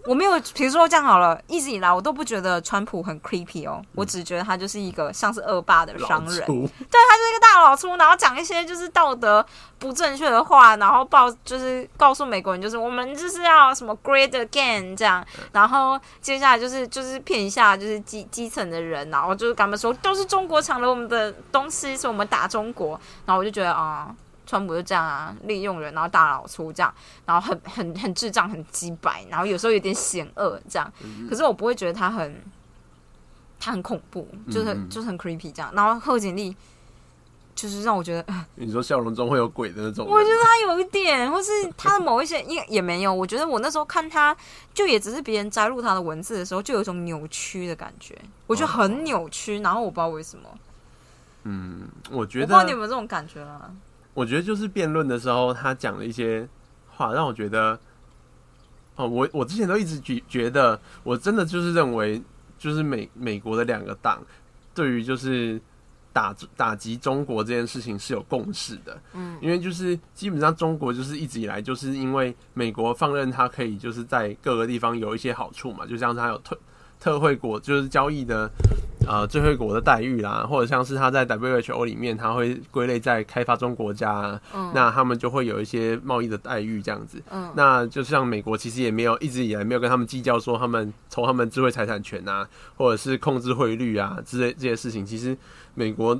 我没有，比如说这样好了，一直以来我都不觉得川普很 creepy 哦，我只觉得他就是一个像是恶霸的老商人，粗， <laughs> 大老粗，然后讲一些就是道德不正确的话，然后报就是告诉美国人，就是我们就是要什么 great again 这样，然后接下来就是就是骗一下就是基基层的人，然后就是跟他们说都是中国抢了我们的东西，所以我们打中国，然后我就觉得啊。川普就这样啊，利用人，然后大老粗这样，然后很 <laughs> 很很智障，很鸡白，然后有时候有点险恶这样。可是我不会觉得他很，他很恐怖，就是嗯嗯就是很 creepy 这样。然后贺锦丽就是让我觉得你说笑容中会有鬼的那种人，我觉得他有一点，或是他的某一些，也也没有。我觉得我那时候看他，就也只是别人摘录他的文字的时候，就有一种扭曲的感觉，我觉得很扭曲。然后我不知道为什么，嗯，我我觉不知道你有得，没有这种感觉啊啦。我觉得就是辩论的时候，他讲了一些话，让我觉得，哦，我我之前都一直觉觉得，我真的就是认为，就是美美国的两个党对于就是打打击中国这件事情是有共识的，嗯，因为就是基本上中国就是一直以来就是因为美国放任它可以就是在各个地方有一些好处嘛，就像它有特特惠国就是交易的呃最惠国的待遇啦，或者像是它在 WHO 里面它会归类在开发中国家啊、嗯那他们就会有一些贸易的待遇这样子。嗯那就像美国其实也没有一直以来没有跟他们计较说他们从他们智慧财产权啊，或者是控制汇率啊之类这些事情，其实美国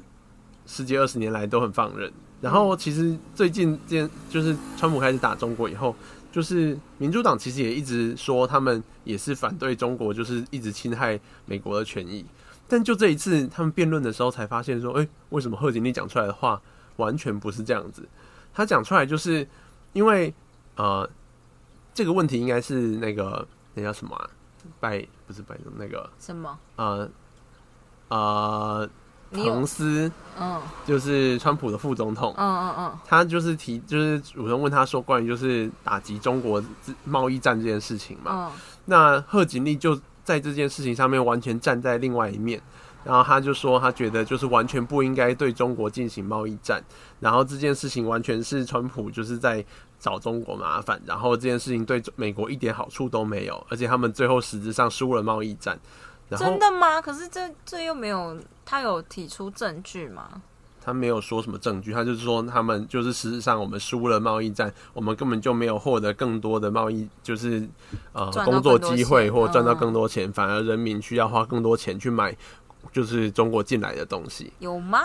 世界二十年来都很放任。然后其实最近这件就是川普开始打中国以后，就是民主党其实也一直说他们也是反对中国，就是一直侵害美国的权益。但就这一次他们辩论的时候才发现说，诶，为什么贺锦丽讲出来的话完全不是这样子？他讲出来就是因为呃，这个问题应该是那个那叫什么啊？拜不是拜登那个什么？呃呃，你有彭斯嗯就是川普的副总统嗯，嗯嗯他就是提就是主动问他说关于就是打击中国自贸易战这件事情嗯嘛，那贺锦丽就在这件事情上面完全站在另外一面，然后他就说他觉得就是完全不应该对中国进行贸易战，然后这件事情完全是川普就是在找中国麻烦，然后这件事情对美国一点好处都没有，而且他们最后实质上输了贸易战。然后真的吗？可是这这又没有，他有提出证据吗？他没有说什么证据，他就是说他们就是事实上我们输了贸易战，我们根本就没有获得更多的贸易，就是呃赚到工作机会更多钱或赚到嗯更多钱，反而人民需要花更多钱去买就是中国进来的东西。有吗？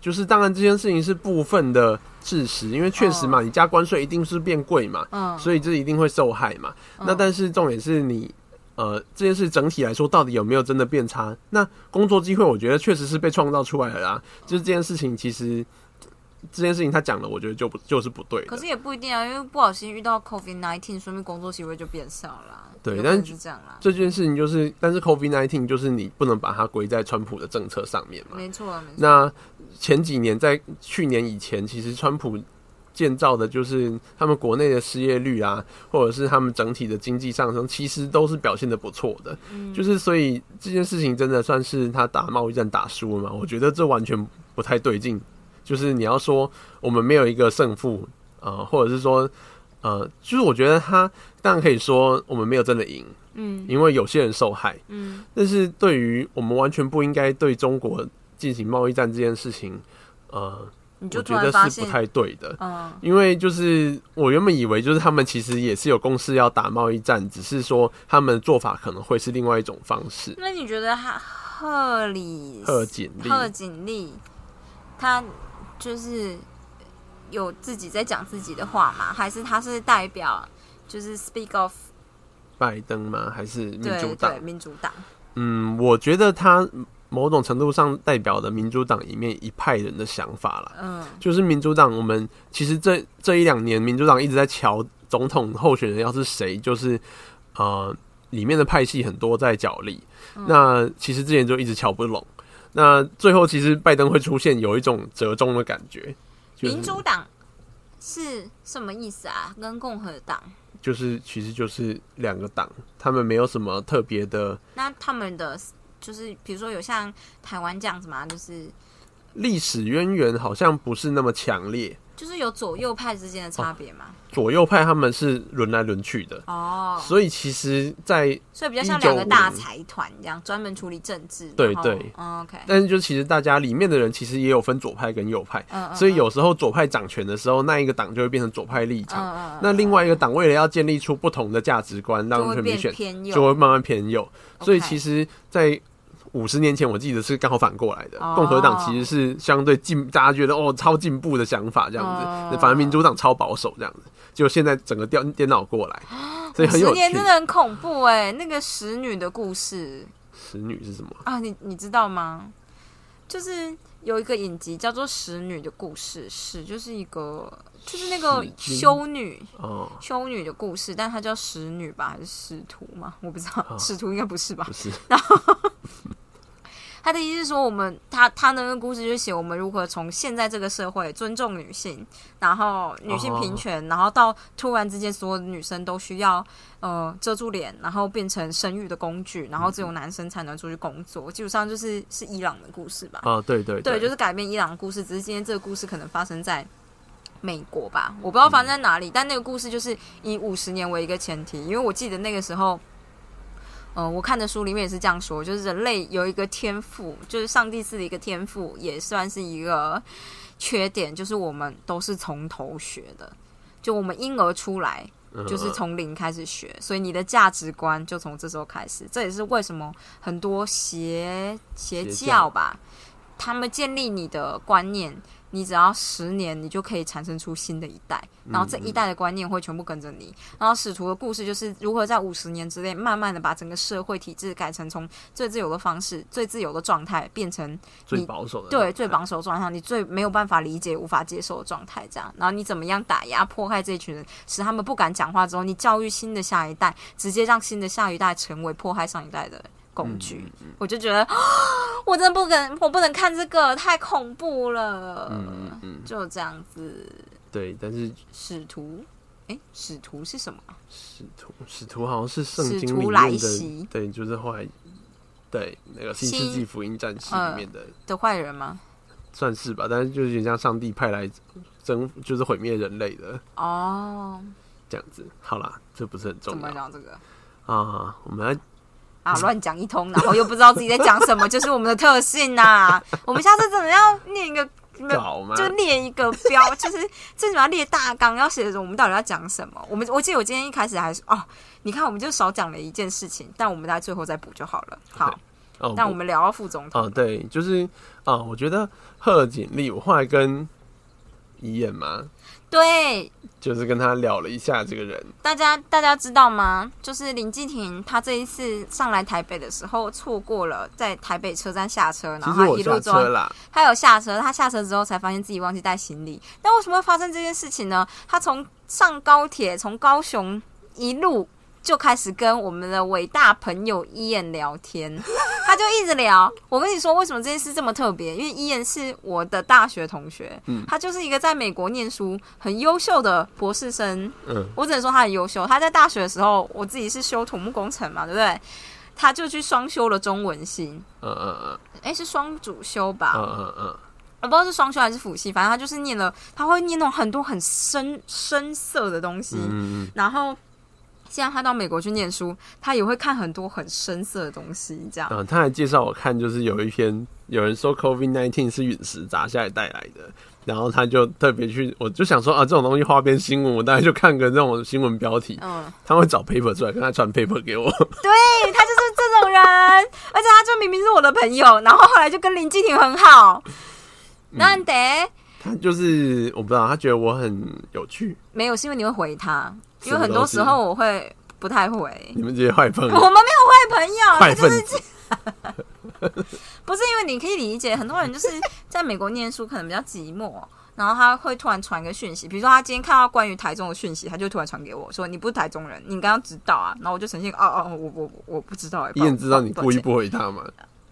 就是当然这件事情是部分的事实，因为确实哦嘛，你加关税一定是变贵嘛，嗯，所以这一定会受害嘛。嗯那但是重点是你，呃，这件事整体来说到底有没有真的变差？那工作机会，我觉得确实是被创造出来了啦。就是这件事情，其实这件事情他讲的，我觉得就不就是不对可的是。也不一定啊，因为不小心遇到 COVID nineteen，说明工作机会就变少了。对有可但能是是这样啊啦，这件事情就是，但是 COVID nineteen 就是你不能把它归在川普的政策上面嘛。没错啊，没错。那前几年在去年以前，其实川普建造的就是他们国内的失业率啊，或者是他们整体的经济上升，其实都是表现的不错的。就是所以这件事情真的算是他打贸易战打输了嘛？我觉得这完全不太对劲。就是你要说我们没有一个胜负，呃，或者是说。呃，就是我觉得他当然可以说我们没有真的赢，嗯因为有些人受害，嗯，但是对于我们完全不应该对中国进行贸易战这件事情，呃，你就我突觉然得发是现不，太对的。嗯因为就是我原本以为就是他们其实也是有共识要打贸易战，只是说他们的做法可能会是另外一种方式。那你觉得哈贺里贺锦丽，贺锦丽，她就是有自己在讲自己的话吗？还是她是代表就是 speak of 拜登吗？还是民主对党对？民主党？嗯，我觉得他某种程度上代表了民主党里面一派人的想法啦。嗯就是民主党，我们其实这这一两年，民主党一直在瞧总统候选人要是谁，就是呃，里面的派系很多在角力。嗯那其实之前就一直瞧不拢。那最后，其实拜登会出现有一种折中的感觉，就是民主党是什么意思啊？跟共和党？就是其实就是两个党，他们没有什么特别的那他们的就是比如说有像台湾这样子嘛，就是历史渊源，好像不是那么强烈。就是有左右派之间的差别嘛？左右派他们是轮来轮去的，哦，所以其实，在所以比较像两个1950大财团这样，专门处理政治。对然后对嗯，OK，但是就其实大家里面的人其实也有分左派跟右派，嗯嗯所以有时候左派掌权的时候，那一个党就会变成左派立嗯场。嗯，嗯那另外一个党为了要建立出不同的价值观，就让会人民变选，偏右，就会慢慢偏右。 OK 所以其实，在五十年前，我记得是刚好反过来的哦。共和党其实是相对进，大家觉得哦超进步的想法这样子哦，那反而民主党超保守这样子，结果现在整个颠颠倒过来，所以很有哦嗯十趣。年真的很恐怖哎、那个使女的故事使女是什么？啊，你你知道吗？就是有一个影集叫做《使女的故事》，使就是一个就是那个使君修女哦，修女的故事，但她叫使女吧，还是使徒嘛？我不知啊道，使徒应该不是吧不？是，他的意思是说，我们他他那个故事就是写我们如何从现在这个社会尊重女性，然后女性平权，然后到突然之间所有的女生都需要呃遮住脸，然后变成生育的工具，然后只有男生才能出去工作，基本上就是是伊朗的故事吧？哦，对对对，就是改变伊朗的故事，只是今天这个故事可能发生在。美国吧，我不知道发生在哪里，但那个故事就是以五十年为一个前提，因为我记得那个时候呃，我看的书里面也是这样说，就是人类有一个天赋，就是上帝赐的一个天赋，也算是一个缺点，就是我们都是从头学的，就我们婴儿出来嗯就是从零开始学，所以你的价值观就从这时候开始。这也是为什么很多邪邪邪教教吧，他们建立你的观念，你只要十年，你就可以产生出新的一代，嗯然后这一代的观念会全部跟着你。然后使徒的故事就是如何在五十年之内，慢慢的把整个社会体制改成从最自由的方式、最自由的状态，变成嗯最保守的，对最榜首状态，你最没有办法理解、无法接受的状态，这样，然后你怎么样打压、迫害这一群人，使他们不敢讲话之后，你教育新的下一代，直接让新的下一代成为迫害上一代的工具，我就觉得我真的不能，我不能看这个，太恐怖了，嗯嗯嗯，就这样子，对，但是使徒。诶，使徒是什么？啊使徒，使徒好像是圣经使里徒来面袭的，对，就是后来对那个《新新世纪福音战士》呃里面的、的坏人吗？算是吧，但是就是有点像上帝派来征服，就是毁灭人类的哦，这样子。好啦，这不是很怎重么要讲这个？啊，我们来啊，乱讲啊一通，然后又不知道自己在讲什么，就是我们的特性呐、我们下次真的要念一个搞吗？就列一个标， <laughs> 就是最起码列大纲，要写着我们到底要讲什么。我们我记得我今天一开始还是哦，你看我们就少讲了一件事情，但我们在最后再补就好了。好，哦，那不我们聊到副总统，哦，对，就是啊、我觉得贺锦丽，我后来跟怡燕嘛，对就是跟他聊了一下这个人，大家大家知道吗？就是林继廷他这一次上来台北的时候，错过了在台北车站下车，然其后实他我一路下抓车啦，他有下车，他下车之后才发现自己忘记带行李。那为什么会发生这件事情呢？他从上高铁，从高雄一路就开始跟我们的伟大朋友伊燕聊天， <laughs> 他就一直聊。我跟你说，为什么这件事这么特别？因为伊燕是我的大学同学，嗯他就是一个在美国念书很优秀的博士生。嗯，我只能说他很优秀。他在大学的时候，我自己是修土木工程嘛，对不对？他就去双修了中文系，嗯嗯诶，是双主修吧？嗯嗯嗯我呃不知道是双修还是辅系，反正他就是念了，他会念那种很多很深深色的东西。嗯嗯，然后现在他到美国去念书，他也会看很多很深色的东西。这样，嗯，他还介绍我看，就是有一篇有人说 COVID nineteen 是陨石砸下来带来的，然后他就特别去，我就想说啊，这种东西花边新闻，我大概就看个这种新闻标题，嗯，他会找 paper 出来，跟他传 paper 给我， <laughs> 对他就是这种人，而且他就明明是我的朋友，然后后来就跟林敬廷很好，嗯那得他就是我不知道，他觉得我很有趣，没有是因为你会回他，因为什么很多东西时候我会不太回。你们这些坏朋我友。们没有坏朋友，坏他就分是子，不是因为你可以理解，很多人就是在美国念书可能比较寂寞， <laughs> 然后他会突然传个讯息，比如说他今天看到关于台中的讯息，他就突然传给我说：“你不是台中人，你应该要知道啊。”然后我就呈现哦哦，哦我我我不知道、欸，伊 <laughs> 燕知道你抱故意歉，不回他吗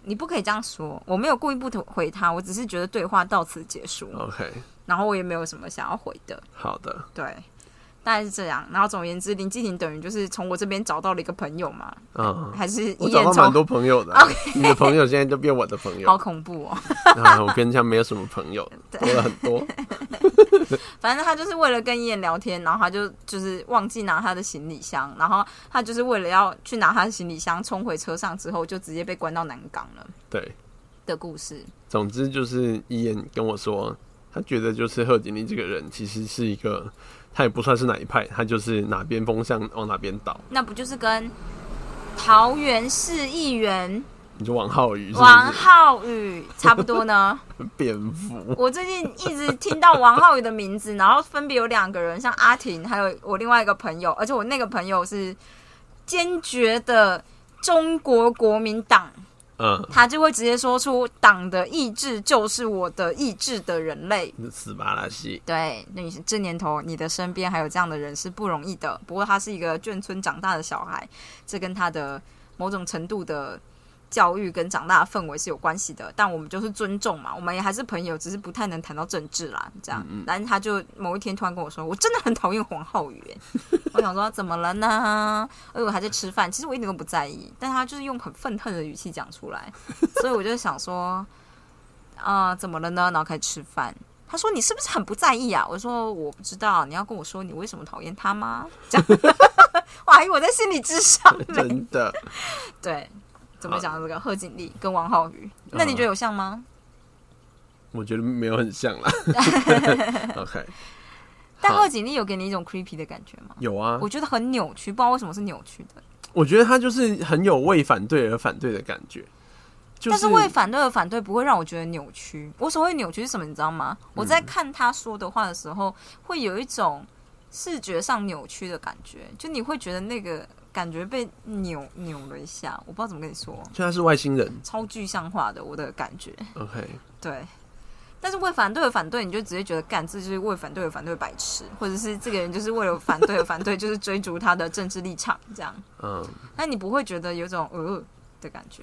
你不可以这样说，我没有故意不回他，我只是觉得对话到此结束， ？OK，然后我也没有什么想要回的，好的，对，大概是这样。然后总而言之，林继廷等于就是从我这边找到了一个朋友嘛，嗯，还是我一找眼到蛮从多朋友的啊、你的朋友现在就变我的朋好 <laughs> 友，恐怖哦。啊，我偏向没有什么朋 <laughs> 友，多了很多。反正他就是为了跟伊人聊天，然后他就就是忘记拿他的行李箱，然后他就是为了要去拿他的行李箱，冲回车上之后就直接被关到南港了对，的故事。总之就是伊燕跟我说，他觉得就是贺锦丽这个人其实是一个，他也不算是哪一派，他就是哪边风向往哪边倒，那不就是跟桃园市议员你就王浩宇是不王是？浩宇差不多 <laughs> 呢？蝙蝠，我最近一直听到王浩宇的名字，然后分别有两个人，像阿婷，还有我另外一个朋友，而且我那个朋友是坚决的中国国民党嗯，他就会直接说出“党的意志就是我的意志的人类死巴拉西”。，对，那你这年头，你的身边还有这样的人是不容易的。不过他是一个眷村长大的小孩，这跟他的某种程度的教育跟长大的氛围是有关系的。但我们就是尊重嘛，我们也还是朋友，只是不太能谈到政治啦。这样，但是他就某一天突然跟我说：“我真的很讨厌黄浩宇。欸” <laughs> 我想说怎么了呢？而且我还在吃饭，其实我一点都不在意，但他就是用很愤恨的语气讲出来，所以我就想说，啊、怎么了呢？然后开始吃饭。他说：“你是不是很不在意啊？”我说：“我不知道，你要跟我说你为什么讨厌他吗？”这样， <laughs> 我还以为我在心理智商呢。真的，对，怎么讲到这个贺锦丽跟王浩宇？那你觉得有像吗？我觉得没有很像 <laughs> 啦。OK，但好贺锦丽有给你一种 creepy 的感觉吗？有啊，我觉得很扭曲，不知道为什么是扭曲的。我觉得他就是很有为反对而反对的感觉，就但是为反对而反对，不会让我觉得扭曲。我所谓扭曲是什么，你知道吗？我在看他说的话的时候，会有一种视觉上扭曲的感觉，就你会觉得那个感觉被扭扭了一下，我不知道怎么跟你说，就他是外星人。超具象化的我的感觉。 OK，对。但是为反对而反对，你就直接觉得干，这就是为反对而反对的白痴，或者是这个人就是为了反对而反对，就是追逐他的政治立场这样。嗯，那你不会觉得有种呃的感觉？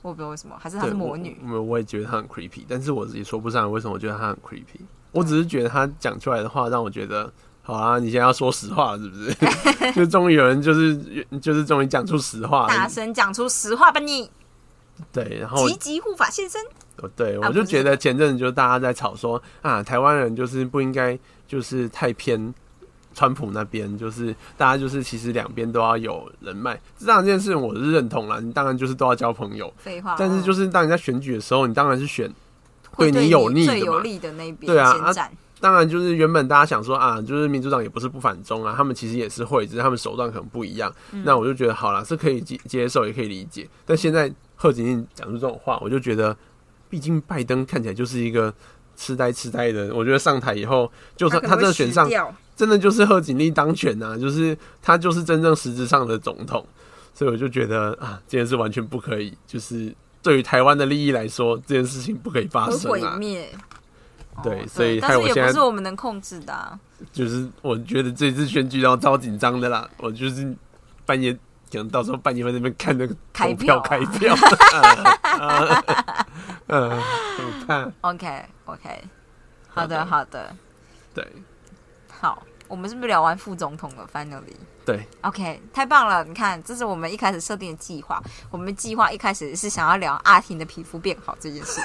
我不知道为什么，还是她对是魔我女？我我也觉得他很 creepy，但是我自己说不上来为什么我觉得他很 creepy。我只是觉得他讲出来的话让我觉得，好啊，你现在要说实话了是不是？ <laughs> 就终于有人就是就是终于讲出实话大了，声讲出实话吧你！对，然后哦我积极护法现身，我对啊我就不是觉得前阵子就大家在吵说啊，台湾人就是不应该就是太偏川普那边，就是大家就是其实两边都要有人脉，这两件事我是认同啦，你当然就是都要交朋友，废话。哦但是就是是当你在选举的时候，你当然是选会对对你有利的最有嘛利的那一边对啊啊先占。当然，就是原本大家想说啊，就是民主党也不是不反中啊，他们其实也是会，只是他们手段可能不一样。嗯那我就觉得好啦，是可以接接受，也可以理解。但现在贺锦丽讲出这种话，我就觉得，毕竟拜登看起来就是一个痴呆痴呆的人。我觉得上台以后，就算可他能会真的死选上，掉真的就是贺锦丽当选啊，就是他就是真正实质上的总统，所以我就觉得啊，这件事完全不可以，就是对于台湾的利益来说，这件事情不可以发会生毁啊。灭。对哦所以但害是我也现不在是我们能控制的啊、就是我觉得这次选举要超紧张的啦，我就是半夜可能到时候半夜会在那边看那个开投票票啊开票，啊啊嗯，很怕。 OK OK，好的好好的对好，我们是不是聊完副总统了？Finally。对， OK，太棒了！你看，这是我们一开始设定的计划。我们计划一开始是想要聊阿婷的皮肤变好这件事情。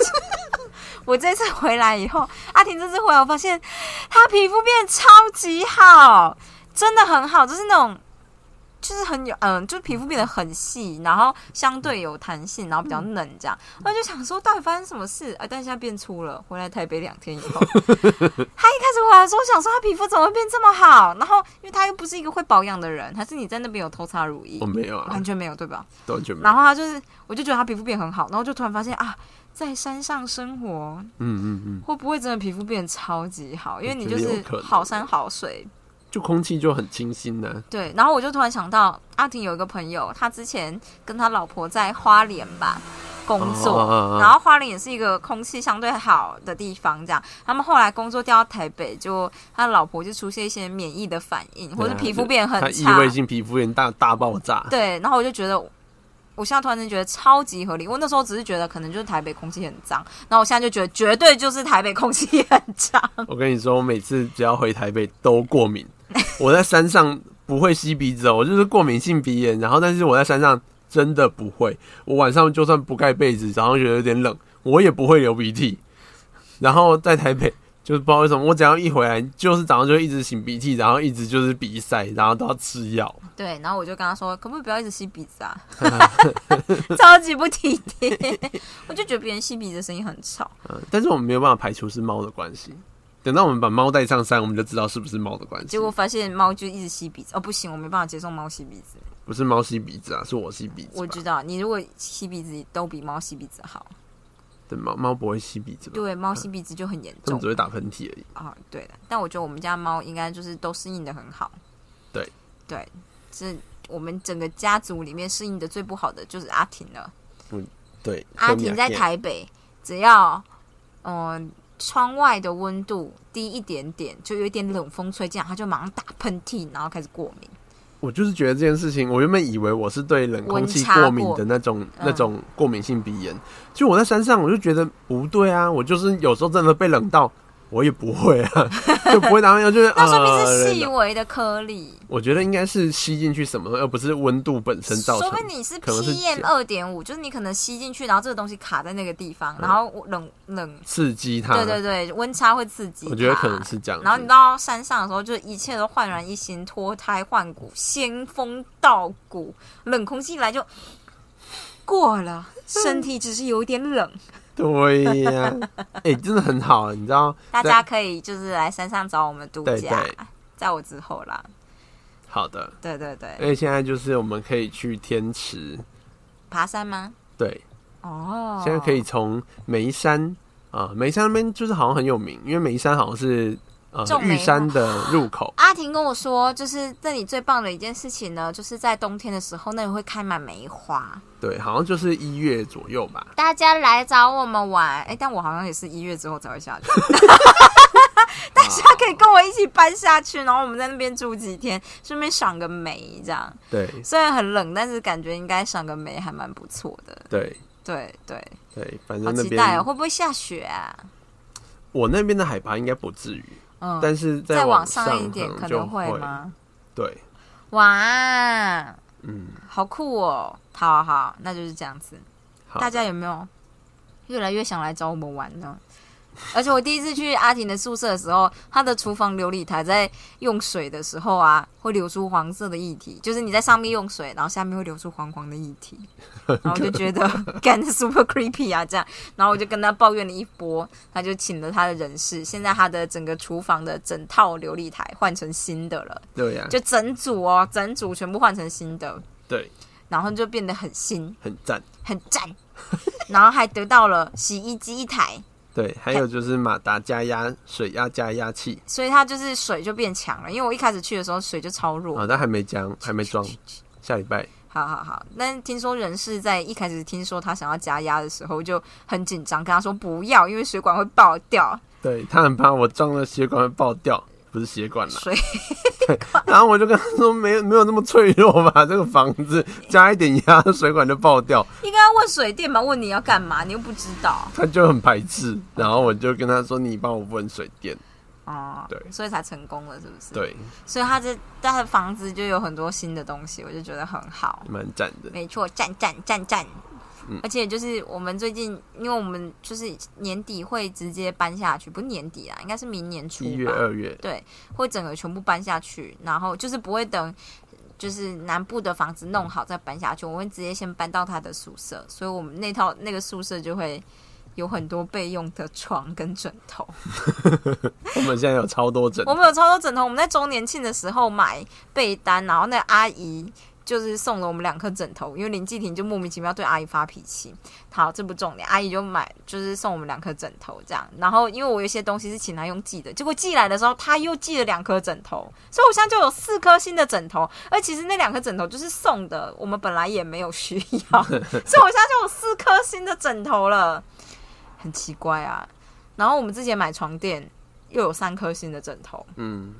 <laughs> 我这次回来以后，阿婷这次回来，我发现她皮肤变超级好，真的很好，就是那种，就是很有，嗯、就是皮肤变得很细，然后相对有弹性，然后比较嫩这样。我就想说，到底发生什么事？啊，但现在变粗了。回来台北两天以后， <laughs> 他一开始回来的时候，我想说他皮肤怎么会变这么好？然后，因为他又不是一个会保养的人，还是你在那边有偷擦乳液我？没有啊完，全没有，对吧？完全没有然。后他就是，我就觉得他皮肤变很好，然后就突然发现啊，在山上生活嗯嗯嗯，会不会真的皮肤变超级好？因为你就我觉得有是可能好山好水，就空气就很清新呢、对，然后我就突然想到，阿婷有一个朋友，他之前跟他老婆在花莲吧工作，哦哦哦哦然后花莲也是一个空气相对好的地方，这样。他们后来工作调到台北，就他老婆就出现一些免疫的反应，或者皮肤变很它异差，位性皮肤炎大大爆炸。对，然后我就觉得，我现在突然间觉得超级合理。我那时候只是觉得可能就是台北空气很脏，然后我现在就觉得绝对就是台北空气很脏。我跟你说，我每次只要回台北都过敏。 <laughs> 我在山上不会吸鼻子哦，我就是过敏性鼻炎。然后，但是我在山上真的不会。我晚上就算不盖被子，早上觉得有点冷，我也不会流鼻涕。然后在台北，就是不知道为什么，我只要一回来，就是早上就会一直擤鼻涕，然后一直就是鼻塞，然后都要吃药。对，然后我就跟他说，可不可以不要一直吸鼻 <laughs> 子啊？超级不体贴， <laughs> 我就觉得别人吸鼻子的声音很吵。嗯，但是我们没有办法排除是猫的关系。等到我们把猫带上山，我们就知道是不是猫的关系结。果发现猫就一直吸鼻子，哦，不行，我没办法接受猫吸鼻子。不是猫吸鼻子啊，是我吸鼻子吧。我知道，你如果吸鼻子都比猫吸鼻子好，对猫猫不会吸鼻子吧？对，啊猫吸鼻子就很严他重们只会打喷嚏而已。啊、对的，但我觉得我们家猫应该就是都适应的很好。对，对，是我们整个家族里面适应的最不好的就是阿婷了。对，阿婷在台北，只要嗯、呃窗外的温度低一点点，就有一点冷风吹进来，她就马上打喷嚏，然后开始过敏。我就是觉得这件事情，我原本以为我是对冷空气温差过过敏的那种嗯那种过敏性鼻炎，就我在山上，我就觉得不对啊，我就是有时候真的被冷到，我也不会啊， <laughs> 就不会打喷嚏，就是 <laughs> 那啊，说明是细冷微的颗粒，我觉得应该是吸进去什么，而不是温度本身造成说。明你是可能是 PM 碱二点五，就是你可能吸进去，然后这个东西卡在那个地方，嗯然后冷冷，刺激它，对对对，温差会刺激它。我觉得可能是这样子。然后你到山上的时候，就一切都焕然一新，脱胎换骨，仙风道骨，冷空气一来就过了，身体只是有一点冷。 <laughs> 对呀、哎、真的很好、啊，你知道？大家可以就是来山上找我们度假，对对在我之后啦。好的，对对对，而且现在就是我们可以去天池，爬山吗？对，哦，现在可以从眉山啊，眉山那边就是好像很有名，因为眉山好像是呃种梅。玉山的入口阿婷跟我说，就是这里最棒的一件事情呢，就是在冬天的时候，那里会开满梅花，对，好像就是一月左右吧。大家来找我们玩。哎，但我好像也是一月之后才会下去，啊大家可以跟我一起搬下去，然后我们在那边住几天，顺便赏个梅，这样对虽然很冷，但是感觉应该赏个梅还蛮不错的。对对对，对，反好正那期边、待哦！会不会下雪啊？我那边的海拔应该不至于，嗯，但是再在往上一点可就能会会？吗？对，哇，嗯，好酷哦！好好，那就是这样子。好，大家有没有越来越想来找我们玩呢？而且我第一次去阿婷的宿舍的时候，她的厨房琉璃台在用水的时候啊，会流出黄色的液体，就是你在上面用水，然后下面会流出黄黄的液体，然后我就觉得 <laughs> 干 super creepy 啊这样，然后我就跟她抱怨了一波，她就请了她的人事，现在她的整个厨房的整套琉璃台换成新的了，对呀、就整组哦，整组全部换成新的，对，然后就变得很新很赞。很赞， <laughs> 然后还得到了洗衣机一台。对，还有就是马达加压、水压加压器所以它就是水就变强了。因为我一开始去的时候水就超弱。啊，但还没讲，还没装，下礼拜好好好，但听说人事在一开始听说他想要加压的时候就很紧张，跟他说不要，因为水管会爆掉。对他很怕我装了血管会爆掉，不是血管啦。水然后我就跟他说，没有没有那么脆弱吧，这个房子加一点压，水管就爆掉，应该要问水电吧，问你要干嘛，你又不知道他就很排斥。然后我就跟他说，你帮我问水电。哦， <laughs> 对所以才成功了，是不是？，对，所以他这他的房子就有很多新的东西，我就觉得很好。蛮赞的。没错，赞赞赞赞嗯。而且就是我们最近，因为我们就是年底会直接搬下去，不是年底啦，啊应该是明年初吧。一月、二月，对，会整个全部搬下去，然后就是不会等，就是南部的房子弄好再搬下去，我会直接先搬到他的宿舍，所以我们那套那个宿舍就会有很多备用的床跟枕头。我们现在有超多枕我，们有超多枕头，我们在周年庆的时候买被单，然后那个阿姨。就是送了我们两颗枕头，因为林继廷就莫名其妙对阿姨发脾气。好，这不重点，阿姨就买，就是送我们两颗枕头这样。然后因为我有一些东西是请她用寄的，结果寄来的时候她又寄了两颗枕头，所以我现在就有四颗新的枕头。而其实那两颗枕头就是送的，我们本来也没有需要， <laughs> 所以我现在就有四颗新的枕头了，很奇怪啊。然后我们之前买床垫又有三颗新的枕头，嗯，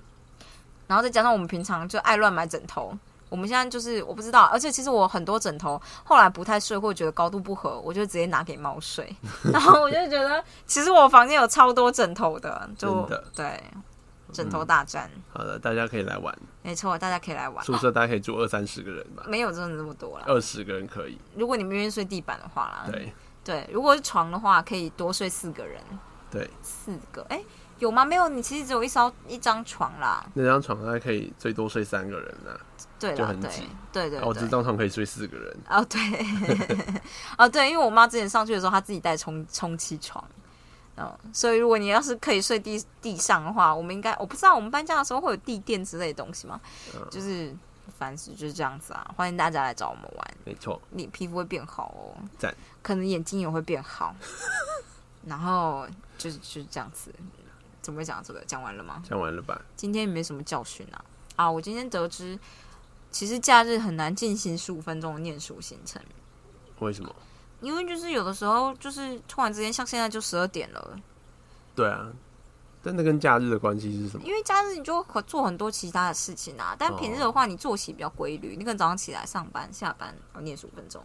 然后再加上我们平常就爱乱买枕头，我们现在就是我不知道，而且其实我很多枕头后来不太睡，或觉得高度不合，我就直接拿给猫 <laughs> 睡。然后我就觉得，其实我房间有超多枕头的，就真的对枕头大战，好的，大家可以来玩，没错，大家可以来玩。宿舍大家可以住二三十个人吧，没有真的那么多啦。二十个人可以。如果你们愿意睡地板的话啦，对，对，如果是床的话，可以多睡四个人，对，四个，哎、有吗？没有，你其实只有一张一张床啦，那张床大概可以最多睡三个人呐、对就啦，很对挤，对对啊，我这对，张床可以睡四个人，哦，对， <laughs> 哦对，因为我妈之前上去的时候，她自己带充充气床，嗯，所以如果你要是可以睡地地上的话，我们应该我不知道我们搬家的时候会有地垫之类的东西吗？嗯就是反正就是这样子啊，欢迎大家来找我们玩，没错，你皮肤会变好哦，赞，可能眼睛也会变好， <laughs> 然后就是就是这样子，怎么会讲到这个？讲完了吗？讲完了吧？今天也没什么教训啊啊！我今天得知，其实假日很难进行十五分钟的念书行程。为什么？因为就是有的时候就是突然之间，像现在就十二点了，对啊，但那跟假日的关系是什么？因为假日你就可做很多其他的事情啊。但平日的话，你作息比较规律，你可能早上起来上班、下班，然后念十五分钟。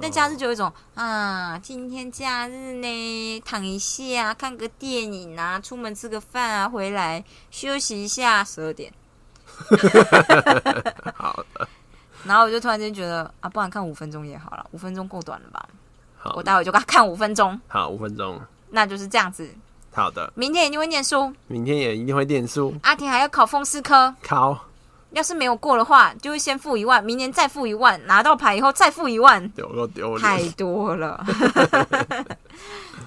但假日就有一种啊，今天假日呢，躺一下，看个电影啊，出门吃个饭啊，回来休息一下，十二点。 <laughs> 好，然后我就突然间觉得啊，不然看五分钟也好了，五分钟够短了吧？好我，待会就看五分钟，好，五分钟，那就是这样子。好的，明天一定会念书，明天也一定会念书，阿婷还要考风湿科。考，要是没有过的话，就会先付一万，明年再付一万，拿到牌以后再付一万，丢够丢太脸，多 <laughs> 了。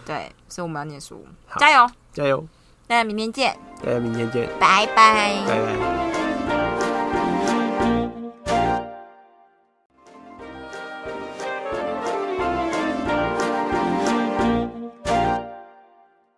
对，所以我们要念书，好加油！加油，大家明天见，大家明天见，拜拜拜拜。